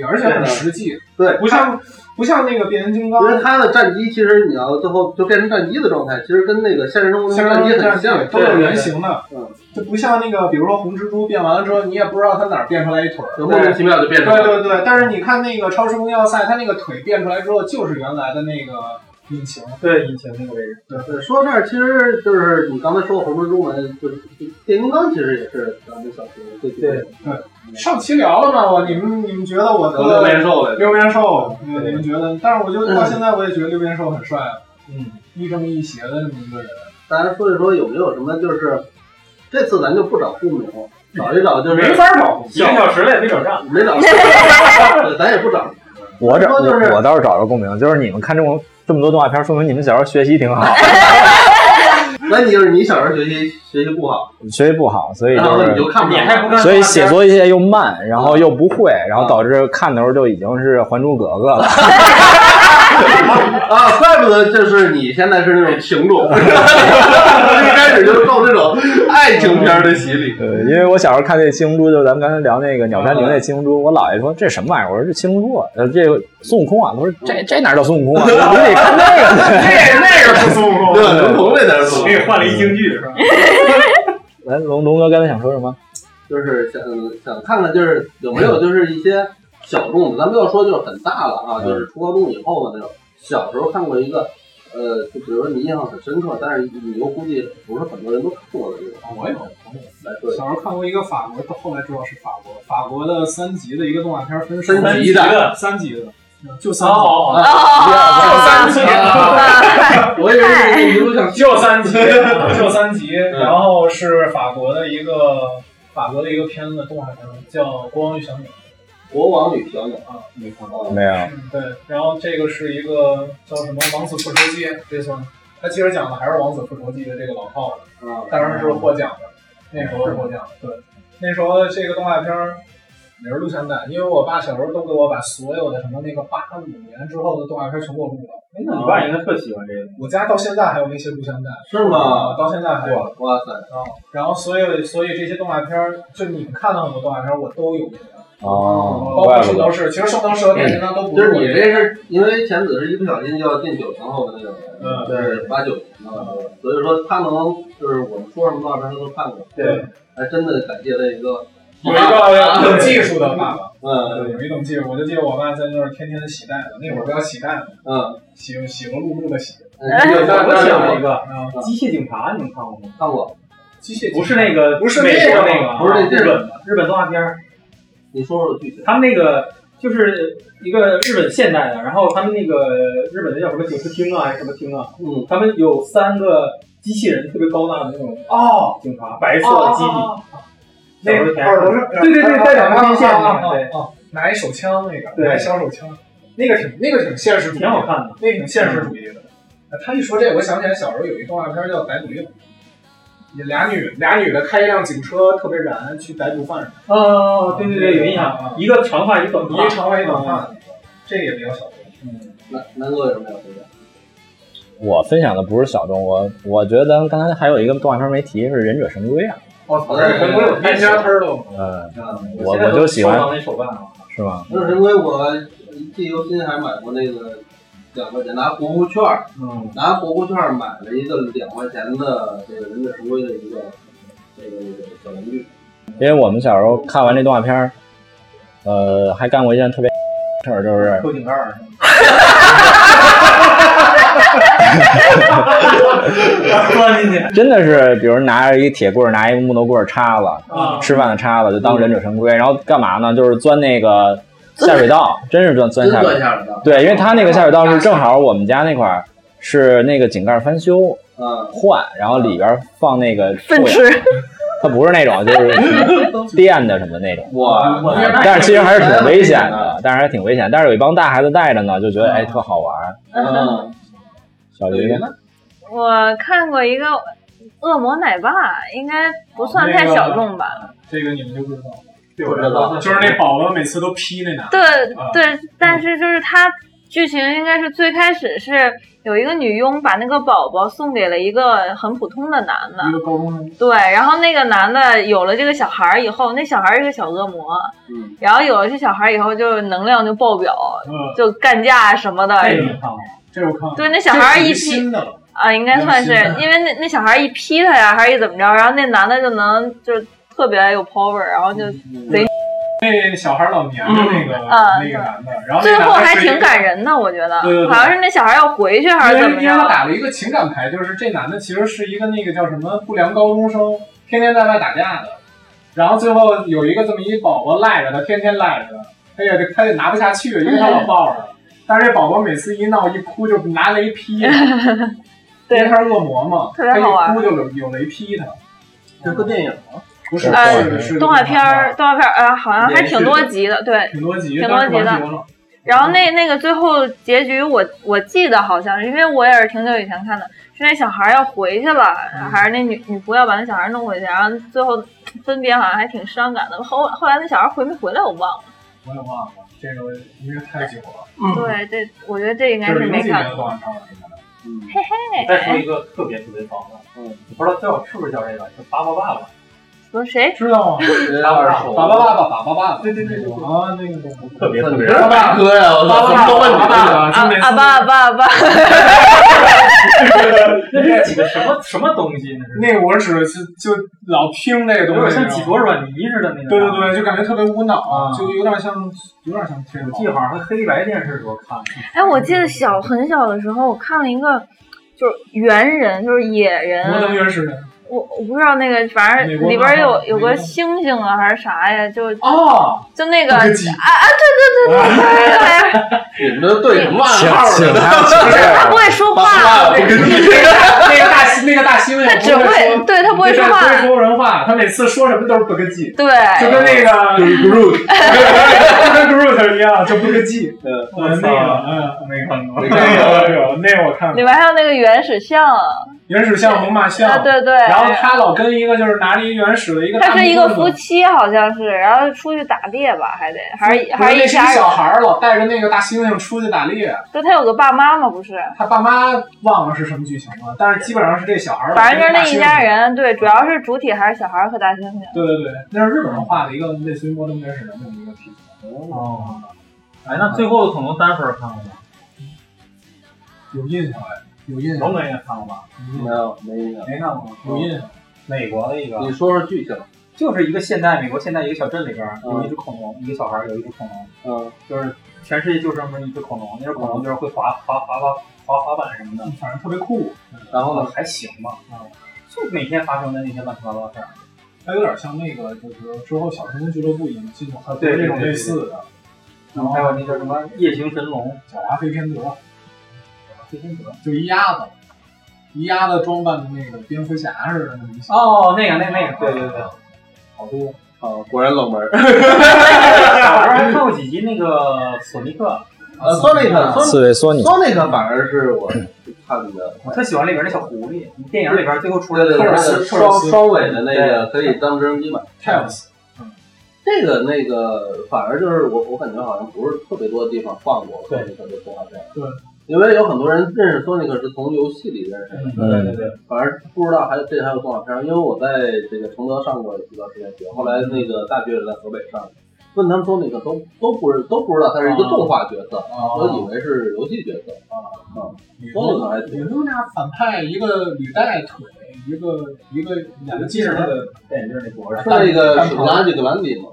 而且很实际，对不像不像那个变形金刚因，为它的战机其实你要最后就变成战机的状态，其实跟那个现实生活中像的战战机机这样很像对，都有原型的对对对，就不像那个比如说红蜘蛛变完了之后，你也不知道它哪儿变出来一腿儿。就莫名其妙就变成对对对，但是你看那个超时空要塞，它那个腿变出来之后，就是原来的那个引擎。对，以前那个位置，对，呃说到这儿，其实就是你刚才说的红蜘蛛嘛，就是变形金刚，其实也是咱们小学最经典的上期聊了嘛，我你们你们觉得我六的面兽呗。六面兽，你对们觉得？但是我就到现在我也觉得六面兽很帅，嗯，亦正亦邪的这么一个人。大家说一说有没有什么就是，这次咱就不找互名，找一找就是没法找，一个小时了也没找上，没找，咱也不找。我找说就是我我倒是找着共鸣，就是你们看这么这么多动画片，说明你们小时候学习挺好， 那你就是你小时候学习学习不好，学习不好，所以然后就你是。就看不你还不了。看？所以写作业又慢，然后又不会，然后导嗯致看的时候就已经是《还珠格格》了。 啊，怪不得就是你现在是那种情种，一开始就受这种爱情片的洗礼。对，因为我小时候看那《七龙珠》，就是咱们刚才聊那个鸟山明那《七龙珠》，我姥爷说这什么玩意儿？我说这《七龙珠》啊，呃，这个孙悟空啊，他说嗯这这哪叫孙悟空啊？你得看 那个。那那 个是孙悟空对，刘同那点说给，你换了一京剧是吧？来，龙龙哥刚才想说什么？就是想想看看，就是有没有就是一些小众的，咱不要说就是很大了啊，嗯就是初高中以后的那种。小时候看过一个呃，就比如说你印象很深刻，但是你又估计不是很多人都看过的这种啊，我有，我有。来说一下。小时候看过一个法国，到后来知道是法国，法国的三级的一个动画片儿分三级级的的，三级的，就三级。哦，哦，三级，啊啊我以为是这一路像就三集， 就三集，然后是法国的一个法国的一个片子动画片，叫《国王与小鸟》国王与小鸟啊，没看过。啊，没有，嗯，对，然后这个是一个叫什么《王子复仇记》，这算它其实讲的还是《王子复仇记》的这个老套了，啊，当时是获奖的，那时候获奖，对，那时候这个动画片儿也是录像带，因为我爸小时候都给我把所有的什么那个八五年之后的动画片全给我录了，哎那你爸应该特喜欢这个。我家到现在还有那些录像带，啊是吗？到现在还有。哇塞，啊，然后所以所以这些动画片儿，就你们看到很多动画片儿，我都有印象，哦，包括怪圣不斗得，士，其实圣斗士和变形金刚都不就是我你这这是因为浅子是一不小心就要进九零后的那种人，嗯对，八九年的，所以说他能就是我们说什么话他都看过，对，还真的感谢他一个，有一啊 个懂技术的爸爸，嗯对，有一懂技术，我就记得我爸在那儿天天洗袋子，那会儿不要洗袋子，嗯，洗洗个露露的洗，嗯有我想了一看过个啊，机械警察，你们看过吗？看过，机械不是那个，不是那美个国那个，啊不是那日本的日本动画片儿，你说说剧情，他们那个就是一个日本现代的，然后他们那个日本的叫什么警视厅啊，还是什么厅啊？嗯，他们有三个机器人，特别高大的那种哦，警察，白色哦的基底，哦那小时个候田耳朵是，对对对带两根根天线那个对对，啊拿一手枪那个，对拿一小手枪，那个挺那个挺现实主义挺好的，看嗯的。那挺现实主义的。啊他一说这，我想起来小时候有一动画片叫《逮捕令》，也俩女俩女的开一辆警车，特别燃，去逮捕犯人。哦，对对对，有印象啊，一个长发，一个短一发，长发一短发，这个也比较小众。嗯，南南哥有什么要说的？我分享的不是小众，我我觉得咱们刚才还有一个动画片没提是《忍者神龟》啊，哦，好像神龟我太喜欢 Ninja Turtle 嗯，嗯，我现在我就喜收欢藏那手办 了。是吗？那神龟我记忆犹新，还买过那个两块钱拿国库券儿，嗯，拿国库券儿买了一个两块钱的这个忍者神龟的一个这个这个小玩具。因为我们小时候看完这动画片儿，呃，还干过一件特别事儿，就是扣井盖儿，钻进去真的是，比如拿着一铁棍儿，拿一个木头棍儿叉子，啊，吃饭的叉子，就当忍者神龟，然后干嘛呢？就是嗯钻那个下水道，真是钻钻真下水断道。下来的，对，因为他那个下水道是正好我们家那块儿是那个井盖翻修嗯，换，然后里边儿放那 个粪粪池，它不是那种就是电的什么那种。我我 但是其实还是挺危险的，但是还挺危险。但是有一帮大孩子带着呢，就觉得哎特好玩儿。嗯，小 有鱼一呢？个我看过一个《恶魔奶爸》，应该不算太小众吧？这个你们就不知道，对不知道就是那宝宝每次都劈那男的。啊对对，但是就是它剧情应该是最开始是有一个女佣把那个宝宝送给了一个很普通的男的一，个高中生，对，然后那个男的有了这个小孩儿以后，那小孩儿是个小恶魔，嗯，然后有了这小孩儿以后，就能量就爆表，嗯，就干架什么的。哎这你看过？这我看过。对，那小孩儿一这是劈新的了，啊，应该算是良心，的因为那那小孩儿一劈他呀，还是一怎么着，然后那男的就能就特别有 power，然后就嗯那小孩老娘的那个嗯那个男的，然后最后还挺人。感人的，我觉得对对对好像是那小孩儿要回去还是因怎么啊为因为他样。打了一个情感牌，就是这男的其实是一个那个叫什么不良高中生，天天在外打架的，然后最后有一个这么一宝宝赖着他，天天赖着他，他也他也拿不下去，因为他嗯老抱着。但是这宝宝每次一闹一哭就拿雷劈， 因为他是恶魔嘛，特他别好玩一哭就有有雷劈他。这部电影不是呃是是动画片儿，动画片儿，呃，好像还挺多集的，对。挺多集，挺多但是完集的结了然后那那个最后结局我，我记得好像是，因为我也是挺久以前看的，是那小孩儿要回去了，还是那女女仆要把那小孩儿弄回去，然后最后分别好像还挺伤感的。后后来那小孩儿回没回来我忘了。我也忘了这个，因为太久了，对，这我觉得这应该这是是零没几年看哎的过。动画片儿了。嗯，再说一个特别特别棒的，嗯，不知道叫是不是叫这个，是巴巴爸爸。说谁？知道吗？二手爸爸爸爸爸爸爸爸，对对对对对啊，那个特别特别二大哥呀， 啊我爸爸操，怎么都问你这个？爸啊就每次啊爸啊爸啊爸！那是几个什么什么东西？那是那个我只是就老听那个有东点西，像几坨软泥似的那个。对对，对，就感觉特别无脑啊，啊就有点像有点像天我龙记得好像是黑白电视时候看的。哎，我记得小很小的时候，我看了一个，就是猿人，就是野摩登人，原始人我我不知道那个，反正美国里漫边画有有美个国猩猩啊还是啥呀，就哦，就那个那个鸡啊啊对对对对对对。你们这对什么请暗号请呢？他不是他不会说话，啊不跟你那个大西那个大猩猩他只不会会说，对他不会说不会话，说人话，他每次说什么都是不跟记，对， 就跟那个 Groot，就跟 Groot 一样，就不跟记。嗯，呃嗯，那个嗯，没看 过那哎个 有有那个我看过里面还有那个原始象，原始像猛犸啊象，对对，然后他老跟一个就是拿着一原始的一个大他是一个木夫棍子，妻好像是，然后出去打猎吧，还得还是不还是是那一是一家小人，孩儿老带着那个大猩猩出去打猎，就他有个爸妈嘛，不是，他爸妈忘了是什么剧情了，但是基本上是这小孩儿老反正就是那跟一着大猩猩家人，对，主要是主体还是小孩和大猩猩，对对对，那是日本人画的一个类似于摩登原始人的一个题材，哦，哎，那最后的恐龙三分儿看过吗？有印象哎，有印象，龙哥也看过嗯吧？有印没有没印象。没看过。有印象。美国的一个，你说说剧情，就是一个现代美国现代一个小镇里边儿嗯有一只恐龙，一个小孩儿有一只恐龙，嗯，就是全世界就这么一只恐龙，那只恐龙就是会滑滑滑滑滑滑板什么的，反正特别酷，然后哦，呢？还行吧，啊，就每天发生的那些乱七八糟的事儿。它有点像那个，就是之后小神龙俱乐部引进的，它呃对这种对对类似的，然后还有那叫什么夜行神龙，小娃飞天德，飞天蛇。就一鸭子，一鸭子装扮的那个蝙蝠侠似的那么一小，哦，那个那那个，对对对。好多啊，果然冷门。小时候还看过几集那个索尼克，呃，Sonic，啊 Sonic 刺猬索 尼 Sonic 反而是我看的，我特喜欢里边那小狐狸，电影里边最后出来对的对对，那那个个双双尾的那个可以当直升机嘛。 Tails，这个那个反而就是我我感觉好像不是特别多地方放过索尼克的动画片，对，因为有很多人认识索尼克是从游戏里认识的，对嗯对对，反而不知道还有这还有动画片，因为我在这个承德上过一段时间学，后来那个大学也在河北上的，问他们索尼克都都不是都不知道他是一个动画角色，哦我啊以为是游戏角色啊啊，吕索尼布克还吕挺布俩反派，一个履带腿，一个一个两个机器嗯人的，电影就是那博士。是那个史格拉底格兰迪嘛。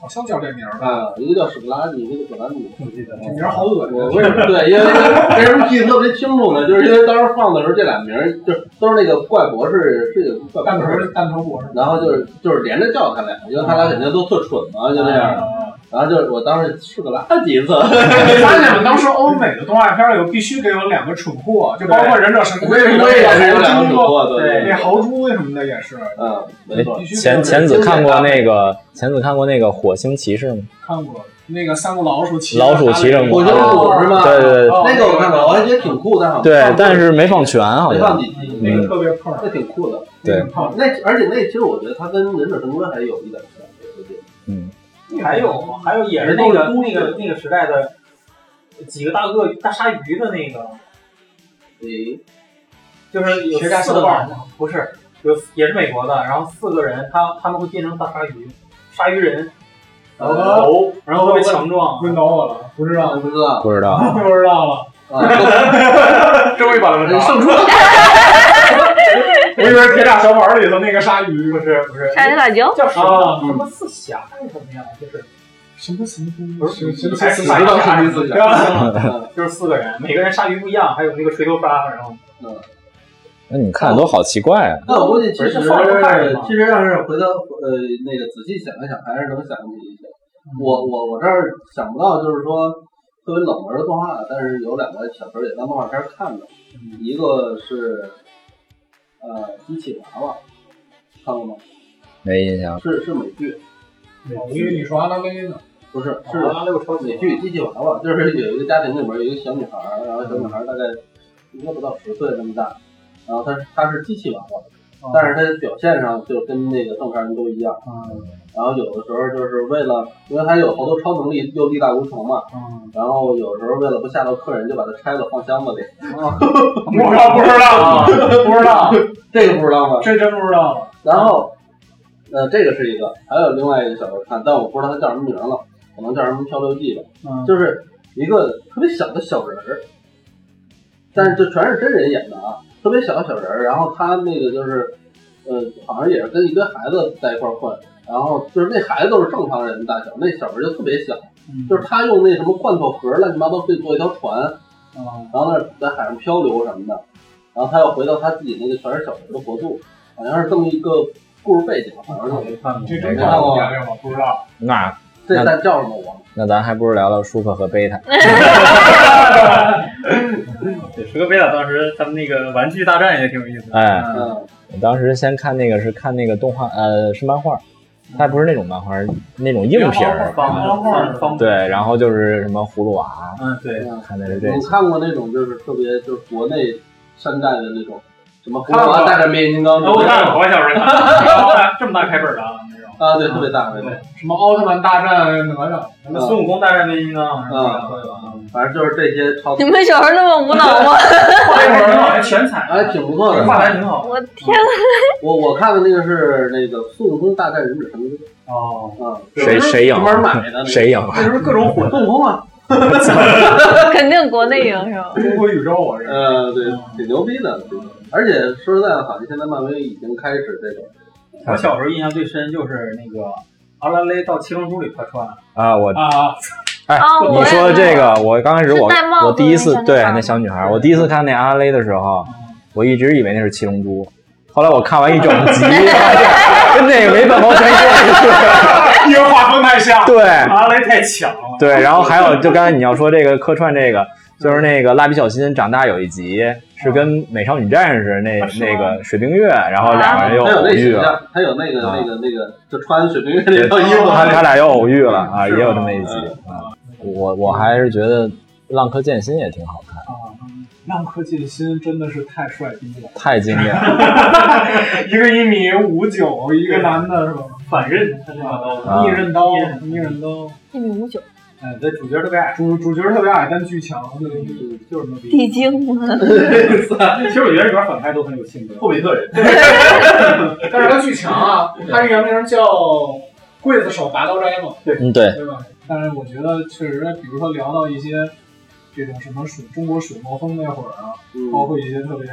好像叫这名儿吧，啊，一个叫史格拉底，一个葛兰 底。嗯这名儿好恶我心。为什么对？因为为什么记得特别清楚呢？就是因为当时放的时候，这俩名儿就都是那个怪博士，是有怪弹 博士，头弹头 博士，然后就是就是连着叫他俩，因为他俩肯定都特蠢嘛，就那啊样的。然后就是我当时是个垃圾色，我发现了，当时欧美的动画片儿有必须得有两个蠢货，就包括忍者神龟为什什么么也是有两豪个主猪，播？对那，豪猪什么的也是，嗯，没错必。须前前前子看过那个前子看过那个火星骑士吗？看过那个三个老鼠骑老鼠骑着我马觉得我是吗？对对对那个我看了，我还觉得挺酷的，对，但是没放全好没放像。几集，那个特别碰儿，那挺酷的。对碰儿那而且那其实我觉得它跟忍者神龟还有一点像，对对还有还有也是那个那个那个时代的几个大鳄大鲨鱼的那个，对。诶，就是有铁甲四小个短人，不是有也是美国的，然后四个人他他们会变成大鲨鱼，鲨鱼人，然后头，然后特别强壮，问到我了，不知道，不知道不知 道，不知道了，啊，终于把他们你胜出了。我以为是铁甲小宝里头那个鲨鱼，不是不是鲨鱼大鲸，叫什啊么什么四侠还是什么呀？就是什么什么不不是是什什么么什什么么什么鲨鱼知道是你自己就是四个人，每个人鲨鱼不一样，还有那个锤头鲨，然后那你看的都好奇怪啊！那我估计其实不是放着看着嘛其实要是回头呃那个仔细想一想，还是能想起一些。嗯我我我这儿想不到，就是说特别冷门的动画，但是有两个小时候也当动画片看的，嗯一个是呃机器娃娃，看过吗？没印象。是是美剧，我以为你说阿拉蕾呢，不是是啊那个超美剧《机器娃娃》，就是有一个家庭里面有一个小女孩儿，然后小女孩儿大概应该不到十岁这么大，然后她是她是机器娃哦娃，但是她的表现上就跟那个正常人都一样，然后有的时候就是为了，因为她有好多超能力又力大无穷嘛，然后有时候为了不吓到客人，就把它拆了放箱子里，我靠，不知道，不知道，这个不知道吗？这真不知道了，然后，呃，这个是一个，还有另外一个小说看，但我不知道它叫什么名了，可能叫什么《漂流记》吧，嗯，就是一个特别小的小人儿，但是这全是真人演的啊，特别小的小人儿，然后他那个就是，呃，好像也是跟一堆孩子在一块儿混，然后就是那孩子都是正常人大小，那小人儿就特别小，嗯就是他用那什么罐头盒儿乱七八糟可以做一条船，嗯然后那儿在海上漂流什么的，然后他又回到他自己那个全是小人的国度，好像是这么一个故事背景，好像是没看过这真看过假的我不知道。那这但叫什么我那咱还不如聊聊舒克和贝塔。对，舒克贝塔当时他们那个玩具大战也挺有意思的。哎，嗯嗯我当时先看那个是看那个动画，呃，是漫画，它不是那种漫画，是那种硬片儿。方方块方对，然后就是什么葫芦娃，嗯对，嗯，看的是这你个。看过那种就是特别就是国内山寨的那种什么葫芦娃大战变形金刚那我大我小时候 看，这么大开本的啊那种。啊，对，特别大那种，对，什么奥特曼大战哪吒？什么孙悟空大战变形金刚什么的，反正就是这些超你，们小时候那么无脑吗？ 画的挺好，还全彩，还哎挺不错的。画的还挺好。我天，我我看的那个是那个《孙悟空大战忍者神龟哦，》啊，谁谁赢专？门买的，谁赢？那时候各种混。孙悟空啊，肯定国内赢是吧？中国宇宙啊我是。呃，对，挺牛逼的，而且说实在的，好像现在漫威已经开始这种。我小时候印象最深就是那个阿拉蕾到七龙珠里客串，啊，我啊，哎啊，我你说也这看个，我刚开始我是戴帽子我第一次那小女对孩那小女孩，我第一次看那阿雷的时候，我一直以为那是七龙珠，后来我看完一 整集，发现跟那个没半毛钱关系。因为画风太像。对阿拉蕾太强了。对，然后还有就刚才你要说这个客串这个，就是那个蜡笔小新长大有一集是跟美少女战士那啊是吗那个水冰月，然后俩人又他有偶那遇形了，象，他有那个啊那个那个，就穿水冰月对那套衣服，他他俩又偶遇了啊，是也吗有这么一集啊。我我还是觉得《浪客剑心》也挺好看。啊，浪客剑心真的是太帅逼了，太经典了，一个一米五九，一个男的是吧？反刃，他这把刀，啊逆刃刀，逆刃刀。一米五九，哎，这主角特别矮，主主角特别矮，但巨强，那个就是牛逼。地精吗？其实我觉得里边反派都很有性格。霍比特 人，但是他巨强啊，他这个名叫刽子手拔刀斋嘛，嗯，对，对吧？但是我觉得确实，比如说聊到一些这种什么水中国水墨风那会儿啊，包嗯括一些特别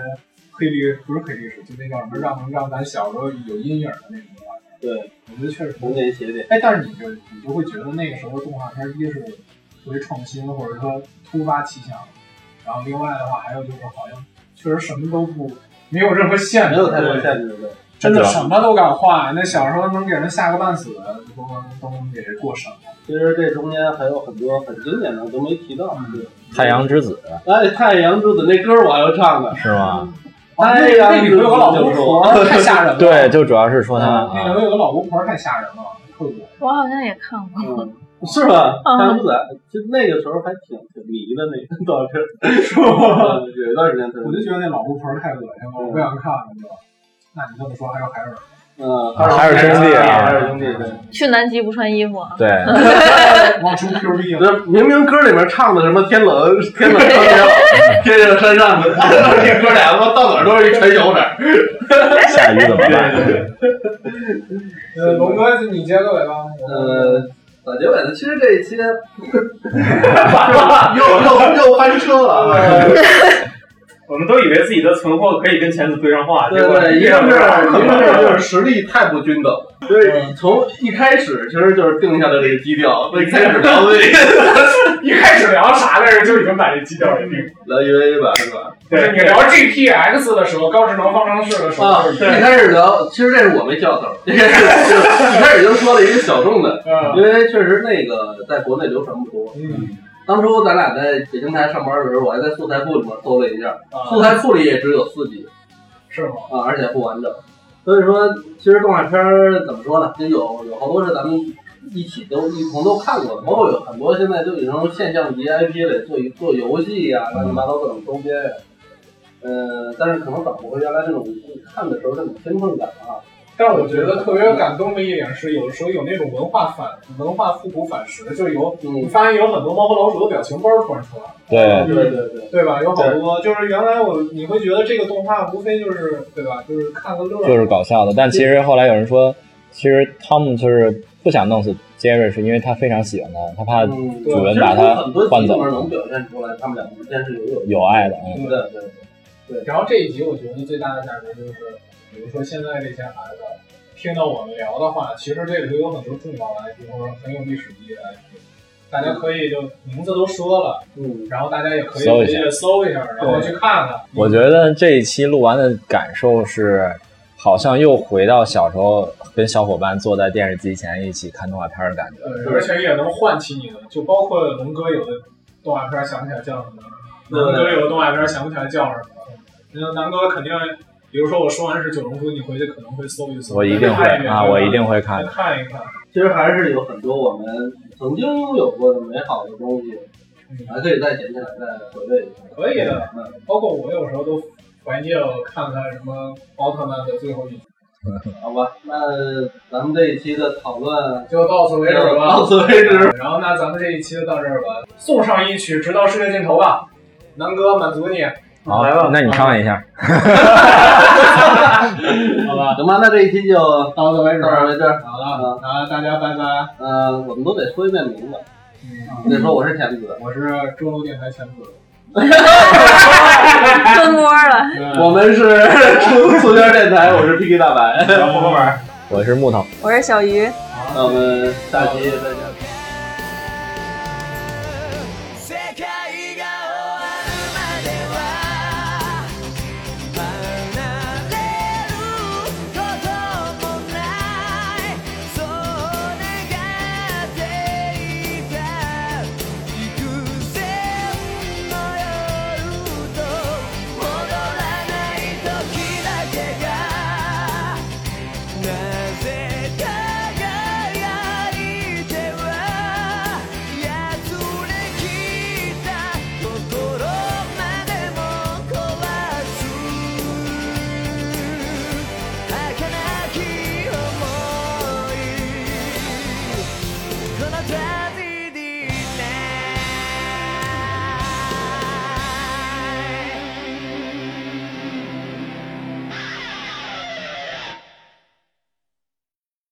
黑历不是黑历史，就那叫什么让让咱小时候有阴影的那种东西。对，我觉得确实童年邪典。哎，但是你就你就会觉得那个时候动画片一是特别创新，或者说突发奇想，然后另外的话还有就是好像确实什么都不没有任何限制，没有太多限制的，真的什么都敢画。那小时候能给人吓个半死，都能都能给人过审。其实这中间还有很多很经典的都没提到。 《太阳之子哎，太阳之子那歌我还要唱呢》，是吗？哇那哎呀那里头有个老巫婆，太吓人了。对，，就主要是说他那里啊，头有个老巫婆太吓人了，特别我好像也看过。嗯，是吧？嗯太阳之子就那个时候还挺挺迷的，那个 倒是，是吧？有一段时间特别我迷就觉得那老巫婆太恶心了，我不想看了。就那你这么说，还有海尔，嗯，海尔兄弟啊海尔兄弟对。去南极不穿衣服啊， 对， 往出 Q 币了。那明明歌里面唱的什么天冷天冷苍天好，天上山上的，这哥俩他妈到哪儿都是一传小脸。下雨怎么办？呃，龙哥，你接个尾吧。我呃，咋结尾呢？其实这一期 又又又翻车了。我们都以为自己的存货可以跟钱子对上话， 对结果对，一遇个上是这一样个是就是实力太不均等，就是从一开始其实就是定下的这个基 调，所以开始聊的这个一开始聊啥来着，就已经把这基调给定了。聊 EVA 吧，是吧？就是你聊 GPX 的时候，高智能方程式的时候，啊，就是一开始聊，其实这是我没叫头， 一开始就一开始就说了一个小众的。嗯因为确实那个在国内流传不多。嗯当初咱俩在北京台上班的时候，我还在素材库里面搜了一下，素啊，材库里也只有四集是吗？啊，而且不完整。所以说，其实动画片儿怎么说呢，就有有好多是咱们一起都一同都看过的，包括有很多现在都已经从现象级 IP 里做做游戏呀、乱七八糟各种周边呀、呃，但是可能找不回原来那种看的时候那种兴奋感啊。但我觉得特别感动的一点是，有的时候有那种文化反文化复古反噬，就有你嗯，发现有很多猫和老鼠的表情包突然出来了，对，对对对，对吧？有好多就是原来我你会觉得这个动画无非就是对吧，就是看个乐儿，就是搞笑的。但其实后来有人说，其实汤姆就是不想弄死杰瑞，是因为他非常喜欢他，他怕嗯，对主其人实把有他很多换集走里面能表现出来，他们两个之间是有友有爱的。嗯情的，对对然后这一集我觉得最大的价值就是，比如说现在这些孩子听到我们聊的话，其实这里头有很多重要的 IP 或者很有历史意义的 IP，大家可以就名字都说了，嗯，然后大家也可以搜一回下去搜一下，然后去看看。我觉得这一期录完的感受是，好像又回到小时候跟小伙伴坐在电视机前一起看动画片的感觉。对，呃而且也能唤起你的，就包括龙哥有的动画片想不起来叫什么，龙哥有的动画片想不起来叫什么。那南哥肯定，比如说我说完是九龙珠，你回去可能会搜一搜，我一定会看一遍啊，我一定会看再的。看一看。其实还是有很多我们曾经拥有过的美好的东西，还可以再捡起来再回味一下。可以的嗯，包括我有时候都怀念我看看什么奥特曼的最后一集，好吧，那咱们这一期的讨论就到此为止吧。到此为止。然后那咱们这一期就到这儿吧，送上一曲《直到世界尽头》吧，南哥满 足你。好来吧，那你唱一下。好吧，行吧，那这一期就到到此为止，这儿为止。好了，啊，大家拜拜。呃，我们都得说一遍名字，嗯，你得说我是田子，我是中州电台前子。炖窝了，嗯我们是 出塑胶电台，我是 PK 大白。小伙伴。我是木头。我是小鱼。那我们下期再见。